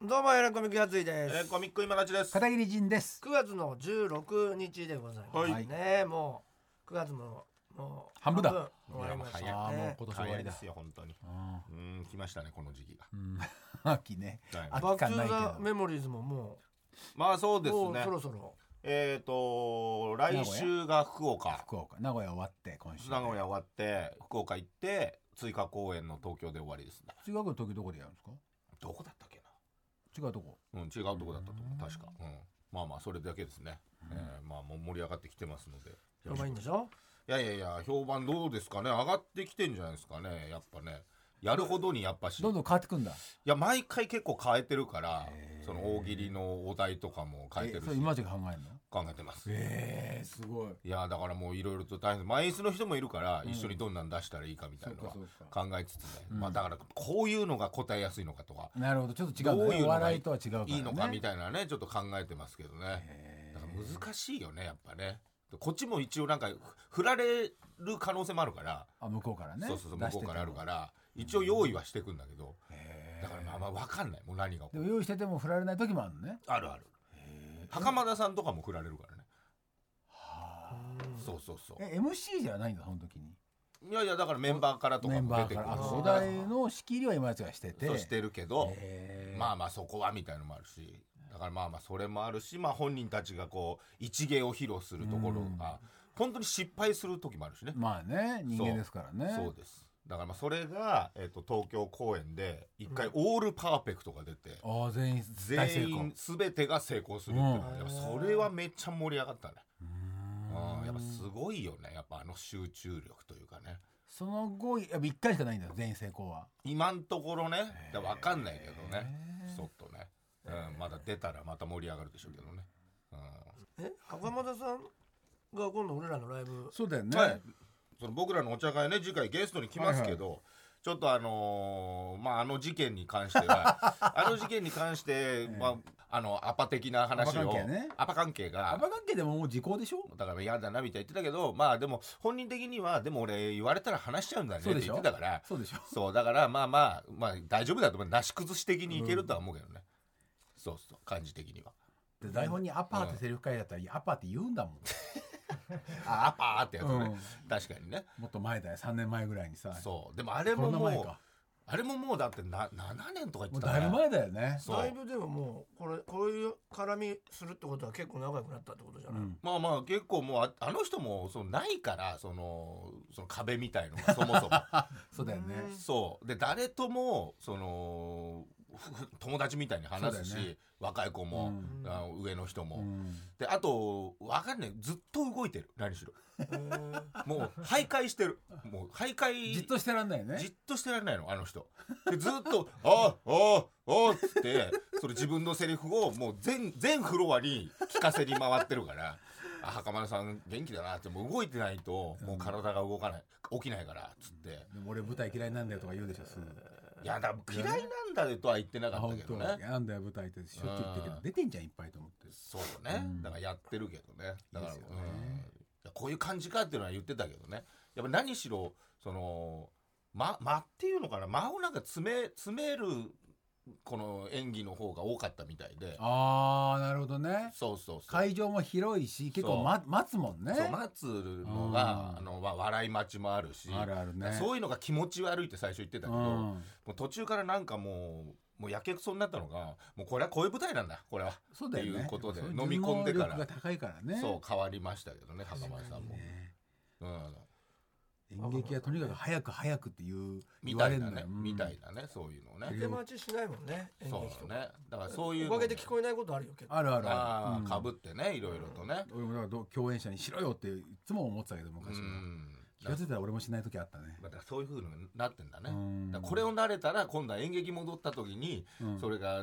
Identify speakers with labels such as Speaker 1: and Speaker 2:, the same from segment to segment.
Speaker 1: どうもエレコミックやついで
Speaker 2: え
Speaker 1: す、
Speaker 2: ー、コミック今立ちです。
Speaker 3: 片桐仁です。
Speaker 1: 9月の16日でございますね、もう9月ももう
Speaker 3: 半分だ
Speaker 1: 終わりました
Speaker 2: いや
Speaker 3: ああ、もう
Speaker 1: ね
Speaker 3: 今年終
Speaker 2: 早
Speaker 3: わ
Speaker 2: い
Speaker 3: り
Speaker 2: で
Speaker 3: だ。
Speaker 2: すよ本当に。
Speaker 3: うん
Speaker 2: うーん来ましたねこの時期が。
Speaker 3: うん、秋ね。
Speaker 2: はい
Speaker 3: あ
Speaker 1: バック・ト
Speaker 3: 期間ない
Speaker 1: ゥ・
Speaker 3: け
Speaker 1: ザ・
Speaker 3: ど
Speaker 1: メモリーズもも
Speaker 2: まあそう
Speaker 1: う
Speaker 2: です
Speaker 1: もう
Speaker 2: ね
Speaker 1: そ。ろそろ
Speaker 2: えっ、と来週が福岡、
Speaker 3: 福岡、名古屋終わって、今週。
Speaker 2: 名古屋終わって福岡行って追加公演の東京で終わりですね。
Speaker 3: 違う時どこでやるんですか
Speaker 2: どこだったっけ
Speaker 3: 違うとこ。
Speaker 2: な。うん違うとこだったと思う確か。うんまあまあそれだけですね。えーまあもう盛り上がってきてますので。
Speaker 1: やばいいんでしょ
Speaker 2: いやいやいや評判どうですかね上がってきてんじゃないですかねやっぱねやるほどにやっぱし
Speaker 3: どんどん変わってくんだ。
Speaker 2: いや毎回結構変えてるからその大喜利のお題とかも変えて
Speaker 3: え
Speaker 2: るし
Speaker 3: それ今じゃ考えるの
Speaker 2: 考えてます
Speaker 3: ええ、すごい。
Speaker 2: いやだからもういろいろと大変マイ椅子の人もいるから一緒にどんなん出したらいいかみたいなのは
Speaker 3: そうかそう
Speaker 2: 考えつつねまあだからこういうのが答えやすいのかとか
Speaker 3: なるほど、ちょっと違う
Speaker 2: ど
Speaker 3: ん
Speaker 2: う
Speaker 3: だ
Speaker 2: いう
Speaker 3: ね。お
Speaker 2: のが
Speaker 3: 笑
Speaker 2: い
Speaker 3: いとは違うからね。
Speaker 2: いいのかみたいなねちょっと考えてますけどねだから難しいよねやっぱねこっちも一応なんか振られる可能性もあるから
Speaker 3: あ、向こうからね。
Speaker 2: そうそうそう
Speaker 3: 出
Speaker 2: 向
Speaker 3: して
Speaker 2: こう
Speaker 3: ても
Speaker 2: からあるから一応用意はしてくんだけどだからまあまあ分かんないもう何が起こ
Speaker 3: で
Speaker 2: る
Speaker 3: も用意してても振られない時もあるのね。
Speaker 2: あるある袴田さんとかも振られるからねそうそうそう
Speaker 3: え、MC じゃないんだ、その時に。
Speaker 2: いやいやだからメンバーからと
Speaker 3: メ
Speaker 2: か
Speaker 3: ン
Speaker 2: も出
Speaker 3: バ
Speaker 2: て
Speaker 3: ー
Speaker 2: く
Speaker 3: か
Speaker 2: る
Speaker 3: ら。あ
Speaker 2: し
Speaker 3: のお題の仕切りは今やつがしてて。
Speaker 2: そうしてるけど
Speaker 3: へ
Speaker 2: まあまあそこはみたいのもあるしだからまあまあそれもあるしまあ本人たちがこう一芸を披露するところが本当に失敗する時もあるしね
Speaker 3: まあね、人間ですからね。
Speaker 2: そうですだからまあそれが、えっと東京公演で一回オールパーフェクトが出て、
Speaker 3: ああ、全員大成
Speaker 2: 全
Speaker 3: 功
Speaker 2: 員。すべてが成功するっていうのはやっぱそれはめっちゃ盛り上がったねうんやっぱすごいよねやっぱあの集中力というかね
Speaker 3: その後、やっぱ一回しかないんだよ、全員成功は。
Speaker 2: 今んところねだから分かんないけどねちょっとね、うん、まだ出たらまた盛り上がるでしょうけどね、うん
Speaker 1: え袴田さんが今度俺らのライブ
Speaker 3: そうだよね。
Speaker 2: はいその僕らのお茶会ね次回ゲストに来ますけど、ちょっとあのーまああの事件に関して はあの事件に関して、まああのアパ的な話
Speaker 3: アパ
Speaker 2: を
Speaker 3: 関係ね
Speaker 2: アパ関係が
Speaker 3: アバ関係でももう時効でしょ
Speaker 2: だから嫌だなみたいな言ってたけどまあでも本人的にはでも俺言われたら話しちゃうんだねっ
Speaker 3: そう
Speaker 2: て
Speaker 3: でし
Speaker 2: 言
Speaker 3: ょ
Speaker 2: ってたから
Speaker 3: そうでしょ
Speaker 2: そうだからまあまあまあ大丈夫だと思うなし崩し的にいけるとは思うけどね、そうそう感じ的には
Speaker 3: で台本にアパーってセリフ書いてあったら、いやアパーって言うんだもん。
Speaker 2: あアパーってやつね、
Speaker 3: う
Speaker 2: 確かにね
Speaker 3: もっと前だよ、3年前ぐらいにさ。
Speaker 2: そうでもあれも
Speaker 3: コロナ
Speaker 2: も
Speaker 3: 前
Speaker 2: う
Speaker 3: か
Speaker 2: あれももうだってな7年とか言
Speaker 3: も
Speaker 2: って
Speaker 3: う
Speaker 2: たか
Speaker 3: だいぶ
Speaker 2: ら
Speaker 3: 前だよね。
Speaker 2: そう
Speaker 1: ライブでももうこれこういう絡みするってことは結構仲良くなったってことじゃない、
Speaker 2: まあまあ結構もうああの人もそのないからそのその壁みたいのがそも そも。
Speaker 3: そうだよね。
Speaker 2: そうで誰ともそのふ友達みたいに話すし、
Speaker 3: そうだよね
Speaker 2: 若い子も、
Speaker 3: うん
Speaker 2: あの上の人も、
Speaker 3: うん
Speaker 2: であと分かんないずっと動いてる何しろ
Speaker 1: へー
Speaker 2: もう徘徊してるもう徘徊
Speaker 3: じっとしてらんないよね
Speaker 2: じ。っとしてられないのあの人でずっと 「あああっつってそれ自分のセリフをもう全全フロアに聞かせに回ってるから「あ袴田さん元気だな」ってもう動いてないともう体が動かない起きないからっつって。
Speaker 3: でも俺舞台嫌いなんだよとか言うでしょ、すぐ。
Speaker 2: いやだ嫌いなんだでとは言ってな
Speaker 3: あ、
Speaker 2: かった
Speaker 3: 本
Speaker 2: け
Speaker 3: 当
Speaker 2: ど
Speaker 3: 嫌
Speaker 2: ね
Speaker 3: なんだよ舞台ってしょっちゅう言ってるけ
Speaker 2: う
Speaker 3: ど、
Speaker 2: ん
Speaker 3: 出てんじゃん、いっぱいと思って。
Speaker 2: そうねだからやってるけどねだから
Speaker 3: いいです
Speaker 2: う
Speaker 3: よ
Speaker 2: ん
Speaker 3: ね
Speaker 2: いやこういう感じかっていうのは言ってたけどねやっぱ何しろその間間っていうのかな間をなんか詰め詰めるこの演技の方が多かったみたいで
Speaker 3: ああ、なるほどね。
Speaker 2: そうそうそう
Speaker 3: 会場も広いし、結構ま待つもんね。
Speaker 2: そう待つのが
Speaker 3: うん
Speaker 2: あの、まあ、笑い待ちもあるし
Speaker 3: あるあるね
Speaker 2: だからそういうのが気持ち悪いって最初言ってたけど、
Speaker 3: うん
Speaker 2: もう途中からなんかもうもうやけくそになったのがもうこれはこういう舞台なんだこれは
Speaker 3: そうだよね。
Speaker 2: っていうことで
Speaker 3: そう
Speaker 2: 飲み込んでから
Speaker 3: 順応力が高いからね。
Speaker 2: そう変わりましたけどね高丸さんも、うん、
Speaker 3: 演劇はとにかく早く早くっていう
Speaker 2: み
Speaker 3: 言わ
Speaker 2: た
Speaker 3: れ
Speaker 2: い
Speaker 3: る
Speaker 2: なん
Speaker 3: だ
Speaker 2: ね、
Speaker 3: よ、
Speaker 2: みたいなねそういうのをね
Speaker 1: 手待ちしないもんね演劇
Speaker 2: そ
Speaker 1: と
Speaker 2: うだ
Speaker 1: か、
Speaker 2: ねだからそういう
Speaker 1: おかげで聞こえないことあるよ結構
Speaker 3: あるあるあ
Speaker 2: あ
Speaker 3: る
Speaker 2: かぶってねいろいろとね
Speaker 3: うん俺もだからど共演者にしろよっていつも思ってたけど
Speaker 2: う
Speaker 3: 昔は
Speaker 2: ん
Speaker 3: 気が付いたら俺もしない時あったね
Speaker 2: だからそういうふうになってんだね
Speaker 3: うん
Speaker 2: だからこれを慣れたら今度は演劇戻った時に
Speaker 3: うん
Speaker 2: それが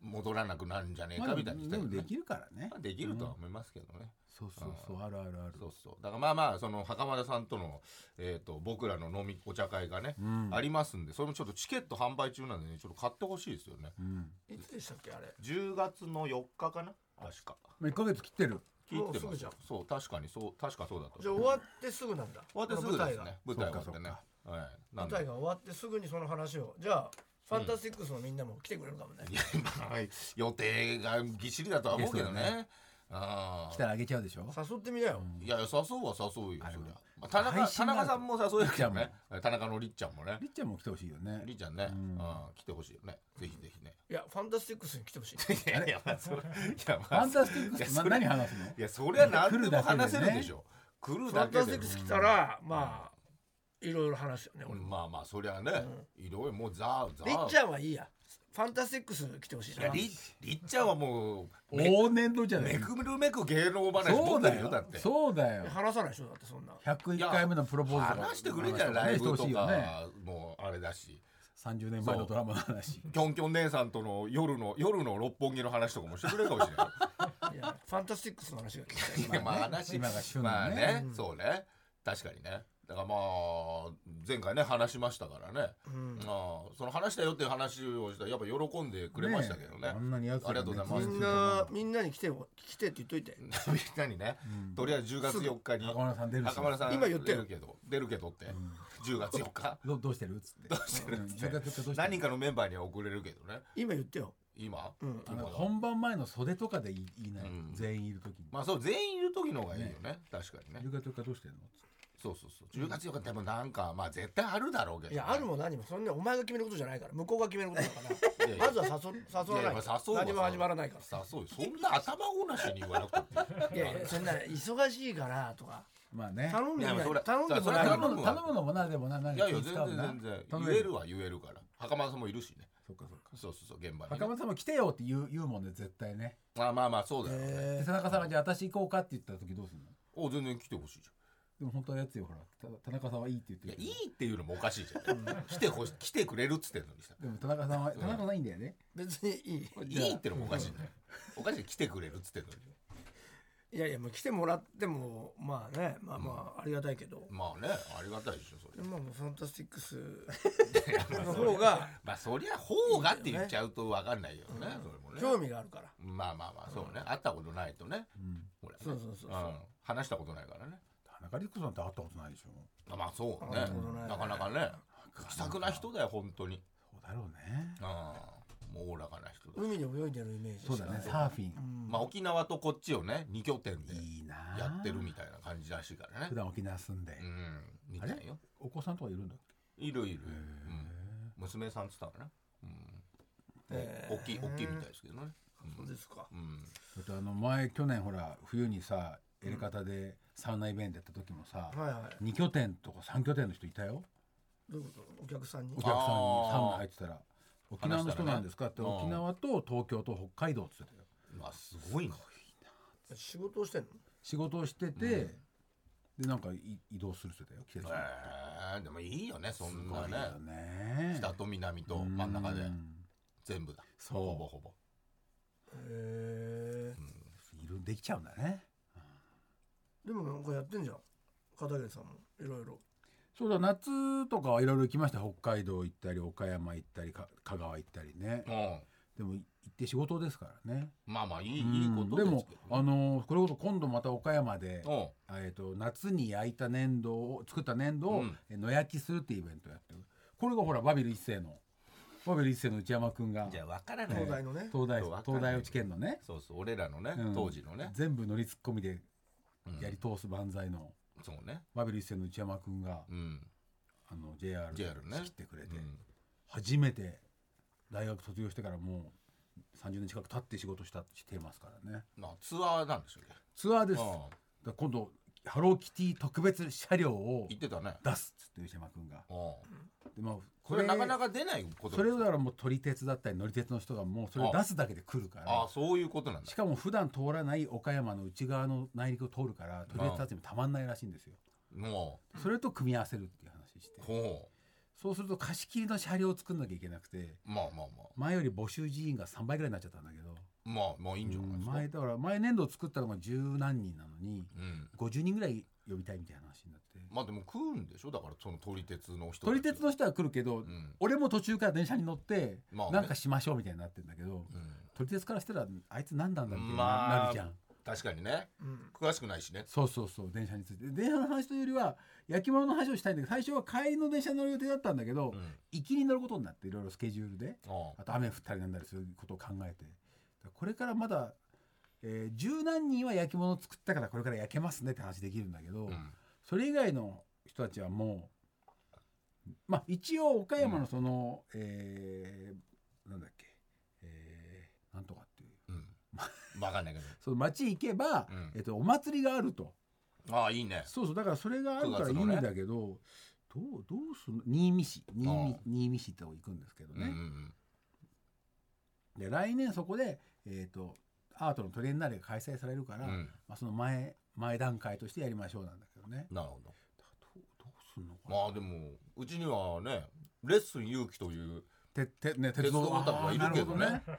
Speaker 2: 戻らなくなるんじゃねえ
Speaker 3: ま
Speaker 2: か
Speaker 3: あ
Speaker 2: み
Speaker 3: で
Speaker 2: たい
Speaker 3: も
Speaker 2: にし
Speaker 3: で
Speaker 2: たけど
Speaker 3: もで
Speaker 2: ね
Speaker 3: きるからね
Speaker 2: まあできるとは思いますけどね
Speaker 3: そうそうそうあるあるある
Speaker 2: そうそうだからまあまあその袴田さんとのえーと僕らの飲みお茶会がねありますんでそれもちょっとチケット販売中なんでねちょっと買ってほしいですよね
Speaker 3: うん
Speaker 1: いつでしたっけあれ
Speaker 2: 10月の4日かな確か
Speaker 3: まあ1ヶ月切ってる
Speaker 2: 聞いて
Speaker 1: もうす
Speaker 2: ま
Speaker 1: ぐ
Speaker 2: す
Speaker 1: じゃん
Speaker 2: そう確かにそう確かそうだと
Speaker 1: じゃあ
Speaker 2: 終
Speaker 1: 終わってすぐなんだ
Speaker 2: わってす
Speaker 1: こ
Speaker 2: ぐです
Speaker 1: の舞台が
Speaker 2: ね舞台
Speaker 3: そっか
Speaker 2: 終わってね
Speaker 3: そっ
Speaker 2: はいな
Speaker 1: 舞
Speaker 2: んで
Speaker 1: 台が終わってすぐにその話をじゃあファンタスティックスのみんなも来てくれるかもね
Speaker 2: いやまあ予定がぎっしりだとは思うけど
Speaker 3: いやそ
Speaker 2: ね。ああ
Speaker 3: 来たらあげちゃうでしょ
Speaker 1: 誘ってみなよ、
Speaker 2: いや誘うは誘うよ
Speaker 3: あれ
Speaker 2: そりゃ。まあ田中
Speaker 3: 配
Speaker 2: 田
Speaker 3: 信なん
Speaker 2: 中
Speaker 3: か
Speaker 2: さんも誘うよけどね。田中のりっちゃんもね。
Speaker 3: りっちゃんも来てほしいよね
Speaker 2: りっちゃんね、う
Speaker 3: うんん、
Speaker 2: 来てほしいよね。ぜひぜひね。
Speaker 1: いやファンタスティックスに来てほ しい
Speaker 2: いやいやまあそれいや
Speaker 3: フ
Speaker 2: ま
Speaker 3: ァ
Speaker 2: あ
Speaker 3: ンタスティックスって
Speaker 2: いやそれ
Speaker 3: な何話すの
Speaker 2: いやそりゃ何でも話せるでしょ。来
Speaker 1: フ
Speaker 2: る
Speaker 1: ァ
Speaker 2: だ
Speaker 1: ン
Speaker 2: け
Speaker 1: タスティ
Speaker 2: で
Speaker 1: ックス来たらまあいろいろ話すよね
Speaker 2: う
Speaker 1: 俺
Speaker 2: ん
Speaker 1: も、
Speaker 2: まあまあそりゃね、いろいろもうザーザ
Speaker 1: り
Speaker 2: ー。
Speaker 1: っちゃんはいいやファンタスティックス来てほしい
Speaker 2: いや
Speaker 1: な
Speaker 2: りりっちゃんはもうめ
Speaker 3: 往年度じゃない
Speaker 2: めくるめく芸能話
Speaker 3: そ
Speaker 2: 持
Speaker 3: う
Speaker 2: って
Speaker 3: だ
Speaker 2: るよだっ
Speaker 3: よ
Speaker 2: て。
Speaker 3: そうだよ
Speaker 1: 話さないでしょだって そんな
Speaker 3: 101回目のプロポーズとか
Speaker 2: 話してくれんじゃんライブ
Speaker 3: して
Speaker 2: と
Speaker 3: ほしいよね
Speaker 2: かもうあれだし
Speaker 3: 30年前のドラマの話
Speaker 2: きょんきょん姉さんとの夜の夜の六本木の話とかもしてくれるかもしれ ない
Speaker 1: やファンタスティックスの話が聞きたい
Speaker 2: いいやまあ
Speaker 3: まあね
Speaker 2: 話
Speaker 3: 今が旬のね
Speaker 2: まあね
Speaker 1: うん
Speaker 2: そうね確かにねだからまあ前回ね話しましたからね、
Speaker 1: うん
Speaker 2: まあその話したよっていう話をしたらやっぱ喜んでくれましたけどね
Speaker 3: あんなにやつらね
Speaker 2: ありがとうございま
Speaker 1: み
Speaker 2: す
Speaker 1: んなみんなに来てよ来てって言っといて
Speaker 2: みんなにね、とりあえず10月4日に
Speaker 3: 中村さん出るし
Speaker 2: 中村さん
Speaker 1: 今言って
Speaker 2: 出
Speaker 1: よ
Speaker 2: るけど出るけどって、10月4日
Speaker 3: どどうしてるっつってどうしてるっつって
Speaker 2: 何人かのメンバーには遅れるけどね
Speaker 1: 今言ってよ
Speaker 2: 今、
Speaker 1: うん
Speaker 3: あの
Speaker 2: 今
Speaker 3: 本番前の袖とかで言い言いない、
Speaker 2: うん
Speaker 3: 全員いる時に、
Speaker 2: まあそう全員いる時の方がいいよね確かにね
Speaker 3: 夕方とかどうしてんの
Speaker 2: そうそうそう10月4日でもなんかまあ絶対あるだろうけど
Speaker 1: い
Speaker 2: ね
Speaker 1: やあるも何もそんなお前が決めることじゃないから向こうが決めることだか
Speaker 2: いや
Speaker 1: ら
Speaker 2: いや
Speaker 1: まずは誘誘わない
Speaker 2: いやいや誘うわ
Speaker 1: 何も始まらないから
Speaker 2: さあそうよそんな頭ごなしに言わなくて
Speaker 1: い
Speaker 2: いい
Speaker 1: やいやそんな忙しいからとか
Speaker 3: まあね
Speaker 1: 頼んでも
Speaker 2: いやそ
Speaker 1: な
Speaker 2: れ
Speaker 1: い頼んでもない
Speaker 2: そ
Speaker 3: 頼
Speaker 2: れは
Speaker 3: む頼むのもなでもな何
Speaker 2: い
Speaker 3: か
Speaker 2: やいや全
Speaker 3: 気遣う
Speaker 2: 然
Speaker 3: な
Speaker 2: 全然
Speaker 3: 頼め
Speaker 2: 言
Speaker 3: る
Speaker 2: えるは言えるから袴田さんもいるしね
Speaker 3: そっかそっか
Speaker 2: そうそうそう現場に、
Speaker 3: 袴
Speaker 2: ね、
Speaker 3: 田さんも来てよって言う言うもんね絶対ね
Speaker 2: あまあまあそうだよね、
Speaker 3: で
Speaker 1: え
Speaker 3: 田中さんがじゃあ私行こうかって言った時どうするの
Speaker 2: お全然来てほしいじ
Speaker 3: でも本当はやつよほらた田中さんはいいって言って
Speaker 2: ゃんいや
Speaker 3: るけど
Speaker 2: いいっていうのもおかしいじゃん来てほし来てくれるっつってんのにさ
Speaker 3: でも田中さんは田中さんいいんだよね
Speaker 1: ー別にいい
Speaker 2: いいってのもおかしいんだよおかしい来てくれるっつってんのに
Speaker 1: いやいやもう来てもらってもまあねまあまあありがたいけど
Speaker 2: まあねありがたいでしょそれ
Speaker 1: でももうファンタスティックス の方が
Speaker 2: まあそりゃ方がって言っちゃうとわかんないよねそれもね
Speaker 1: 興味があるから
Speaker 2: まあまあまあそうね、会ったことないとね、ほらね
Speaker 1: そうそうそうそうん
Speaker 2: 話したことないからね
Speaker 3: 田中陸さんって会ったことないでしょ
Speaker 2: あまあそうね
Speaker 1: 会ったことないね
Speaker 2: なかなかね気さくな人だよ本当に
Speaker 3: そうだろうね
Speaker 2: うんもうおおらかな人だ、
Speaker 1: 海で泳いでるイメージしか
Speaker 3: そうだねサーフィン、
Speaker 2: まあ沖縄とこっちをね2拠点で
Speaker 3: いいなあ
Speaker 2: やってるみたいな感じらしいから
Speaker 3: 普
Speaker 2: ね
Speaker 3: 段沖縄住んで、
Speaker 2: うんみたいよ
Speaker 3: お子さんとかいるんだっけ
Speaker 2: いるいる、うん、娘さんっつったかな、うん、大きい大きいみたいですけどね
Speaker 1: そうですか
Speaker 2: うん
Speaker 3: だってあの前去年ほら冬にさエレカタでサウナイベントやった時もさ、
Speaker 1: はいはい
Speaker 3: 二2拠点とか3拠点の人いたよ
Speaker 1: どういうことお客さんに
Speaker 3: お客さんにサ
Speaker 2: あー
Speaker 3: ウナ入ってたら「沖縄の人なんですか?」って、
Speaker 2: うん
Speaker 3: 沖縄と東京と北海道って言ってたよ
Speaker 2: まあすごいな
Speaker 1: 仕事をしてんの
Speaker 3: 仕事をしてて、でなんかい移動するって言ってたよ季節が、
Speaker 2: えー、でもいいよねそんな
Speaker 3: すごい
Speaker 2: ね
Speaker 3: よね
Speaker 2: 北と南と真ん中で
Speaker 3: うん
Speaker 2: 全部だ
Speaker 3: そう
Speaker 2: ほぼほぼ
Speaker 1: へえ
Speaker 3: いるできちゃうんだね
Speaker 1: でもなんかやってんじゃん片桐さんもいろいろ
Speaker 3: そうだ夏とかはいろいろ行きました北海道行ったり岡山行ったりか香川行ったりね、
Speaker 2: うん
Speaker 3: でも行って仕事ですからね
Speaker 2: まあまあいい,、
Speaker 3: うん
Speaker 2: いいことですけ
Speaker 3: もあ
Speaker 2: どね
Speaker 3: のーこれこそ今度また岡山で、
Speaker 2: うん
Speaker 3: えー、と夏に焼いた粘土を作った粘土
Speaker 2: う
Speaker 3: を
Speaker 2: ん
Speaker 3: えー野焼きするっていうイベントやってるこれがほらバビル一世のバビル一世の内山君が
Speaker 2: じゃあ分からない
Speaker 1: 東大のね
Speaker 3: 東大
Speaker 2: そうわかんない
Speaker 3: 東大落ち県のね、
Speaker 2: そうそう俺らのね、
Speaker 3: うん
Speaker 2: 当時のね、
Speaker 3: 全部乗りツッコミで
Speaker 2: うん
Speaker 3: やり通す万歳の、
Speaker 2: そうね
Speaker 3: バビル一世の内山君が、
Speaker 2: うん
Speaker 3: あの JR で
Speaker 2: JR ね
Speaker 3: 仕切ってくれて、
Speaker 2: うん
Speaker 3: 初めて大学卒業してからもう30年近く経って仕事したしてますからね
Speaker 2: まあツアーなんでしょうけ
Speaker 3: ツアーです、
Speaker 2: ああ
Speaker 3: だから今度ハローキティ特別車両を
Speaker 2: 言ってたね
Speaker 3: 出すっつって内山君が。
Speaker 2: うん
Speaker 3: でまあ
Speaker 2: こ
Speaker 3: こ
Speaker 2: れ
Speaker 3: れ
Speaker 2: なかなか出ないこと
Speaker 3: それ
Speaker 2: です
Speaker 3: だからもう撮り鉄だったり乗り鉄の人がもうそれを出すだけで来るか
Speaker 2: ああ
Speaker 3: ら
Speaker 2: そういうことなんだ
Speaker 3: しかも普段通らない岡山の内側の内陸を通るから撮り鉄たちもたまんないらしいんですよ。
Speaker 2: も
Speaker 3: それと組み合わせるっていう話して
Speaker 2: うほ
Speaker 3: そうすると貸し切りの車両を作んなきゃいけなくて
Speaker 2: うまあまあまあ
Speaker 3: 前より募集人員が3倍ぐらいになっちゃったんだけど
Speaker 2: まあまあいいんじゃないですか
Speaker 3: 前だから前年度作ったのが十何人なのに
Speaker 2: うん
Speaker 3: 50人ぐらい呼びたいみたいな話になって
Speaker 2: まあでも食うんでしょだからその撮り鉄の人たち
Speaker 3: 撮り鉄の人は来るけど
Speaker 2: うん
Speaker 3: 俺も途中から電車に乗って
Speaker 2: まあね
Speaker 3: なんかしましょうみたいになってんだけ
Speaker 2: う
Speaker 3: ど
Speaker 2: ん
Speaker 3: 撮り鉄からしたらあいつ何なんだみたいにな
Speaker 2: まあ
Speaker 3: なるじゃん。
Speaker 2: 確かにね
Speaker 1: うん
Speaker 2: 詳しくないしね
Speaker 3: そうそうそう電車について電車の話というよりは焼き物の話をしたいんだけど最初は帰りの電車に乗る予定だったんだけど、
Speaker 2: うん
Speaker 3: 行きに乗ることになっていろいろスケジュールで
Speaker 2: おう
Speaker 3: あと雨降ったりなんだりすることを考えてこれからまだ、えー十何人は焼き物を作ったからこれから焼けますねって話できるんだけど、
Speaker 2: うん
Speaker 3: それ以外の人たちはもうまあ一応岡山のその、えーなんだっけ、えーなんとかっていう
Speaker 2: うんわかんないけ
Speaker 3: その町行けば、
Speaker 2: うん
Speaker 3: えっと、お祭りがあると。
Speaker 2: どああいいね
Speaker 3: そうそうだからそれがあるからい
Speaker 2: 9
Speaker 3: い
Speaker 2: 月のね
Speaker 3: んだけど、どうどうする新見市新見
Speaker 2: ああ
Speaker 3: 新見市ってとこ行くんですけど
Speaker 2: うんうんう
Speaker 3: ね、
Speaker 2: ん
Speaker 3: で来年そこで、えー、とアートのトレンナーレが開催されるから、
Speaker 2: うん
Speaker 3: まあ、その前前段階としてやりましょうなんだけどね
Speaker 2: なるほど
Speaker 3: だからどうどうすんのかな、
Speaker 2: まあでもうちにはねレッスン勇気という
Speaker 3: ててね、
Speaker 2: 鉄道オタクはいるけどね
Speaker 3: あーなるほ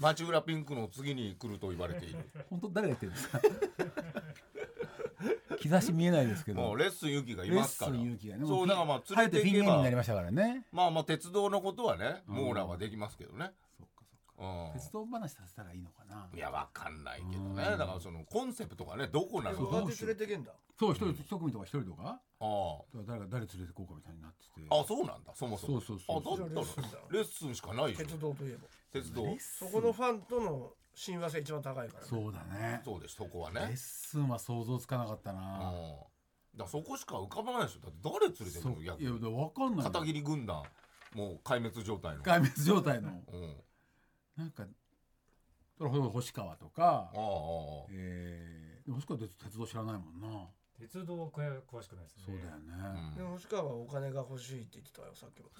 Speaker 2: 町浦ピンクの次に来ると言われている
Speaker 3: どね本当誰が言って るんですか兆し見えない ですけ
Speaker 2: も
Speaker 3: ど
Speaker 2: うレッスン勇気がい
Speaker 3: レッ
Speaker 2: ます
Speaker 3: ス
Speaker 2: から
Speaker 3: ン勇気がね
Speaker 2: そうだからまあ
Speaker 3: 晴
Speaker 2: 連
Speaker 3: れ
Speaker 2: れ
Speaker 3: て
Speaker 2: て
Speaker 3: ピ
Speaker 2: い
Speaker 3: ン芸
Speaker 2: け
Speaker 3: 人になり
Speaker 2: ば
Speaker 3: ましたからね
Speaker 2: まあまあ鉄道のことはね
Speaker 3: うん
Speaker 2: 網羅はできますけどね
Speaker 3: そっかそっか
Speaker 2: うん
Speaker 3: 鉄道話させたらいいのかない
Speaker 2: やわかんないけどね
Speaker 3: う
Speaker 2: だ
Speaker 3: ん
Speaker 2: からそのコンセプトがねどこなの
Speaker 1: そ
Speaker 2: か
Speaker 1: うやって連れてけんだ
Speaker 3: そう一人一組とか一人とか
Speaker 2: あ
Speaker 3: だから誰が誰連れてこうかみたいになってて
Speaker 2: ああそうなんだそもそも
Speaker 3: そうそうそう
Speaker 2: あだったらレッスンしかないでし
Speaker 1: 鉄
Speaker 2: ょ
Speaker 1: 道といえば
Speaker 2: 鉄道
Speaker 1: そこのファンとの親和性一番高いから、ね、
Speaker 3: そうだね
Speaker 2: そうですそこはね
Speaker 3: レッスンは想像つかなかった
Speaker 2: うん
Speaker 3: な
Speaker 2: だからそこしか浮かばないでしょだって誰連れてく
Speaker 3: そう
Speaker 2: の
Speaker 3: いや
Speaker 2: 逆
Speaker 3: で
Speaker 2: に
Speaker 3: 分かんない
Speaker 2: 片桐軍団もう壊滅状態の
Speaker 3: 壊滅状態の
Speaker 2: うん
Speaker 3: なんかそれほど星川とか
Speaker 2: ああああ
Speaker 3: えーでも星川って鉄道知らないもんな
Speaker 4: 鉄道は詳しくないですね
Speaker 3: そうだよ
Speaker 2: あ
Speaker 3: ね
Speaker 1: で
Speaker 2: うん
Speaker 1: も星川はお金が欲しいって言ってたよさっきも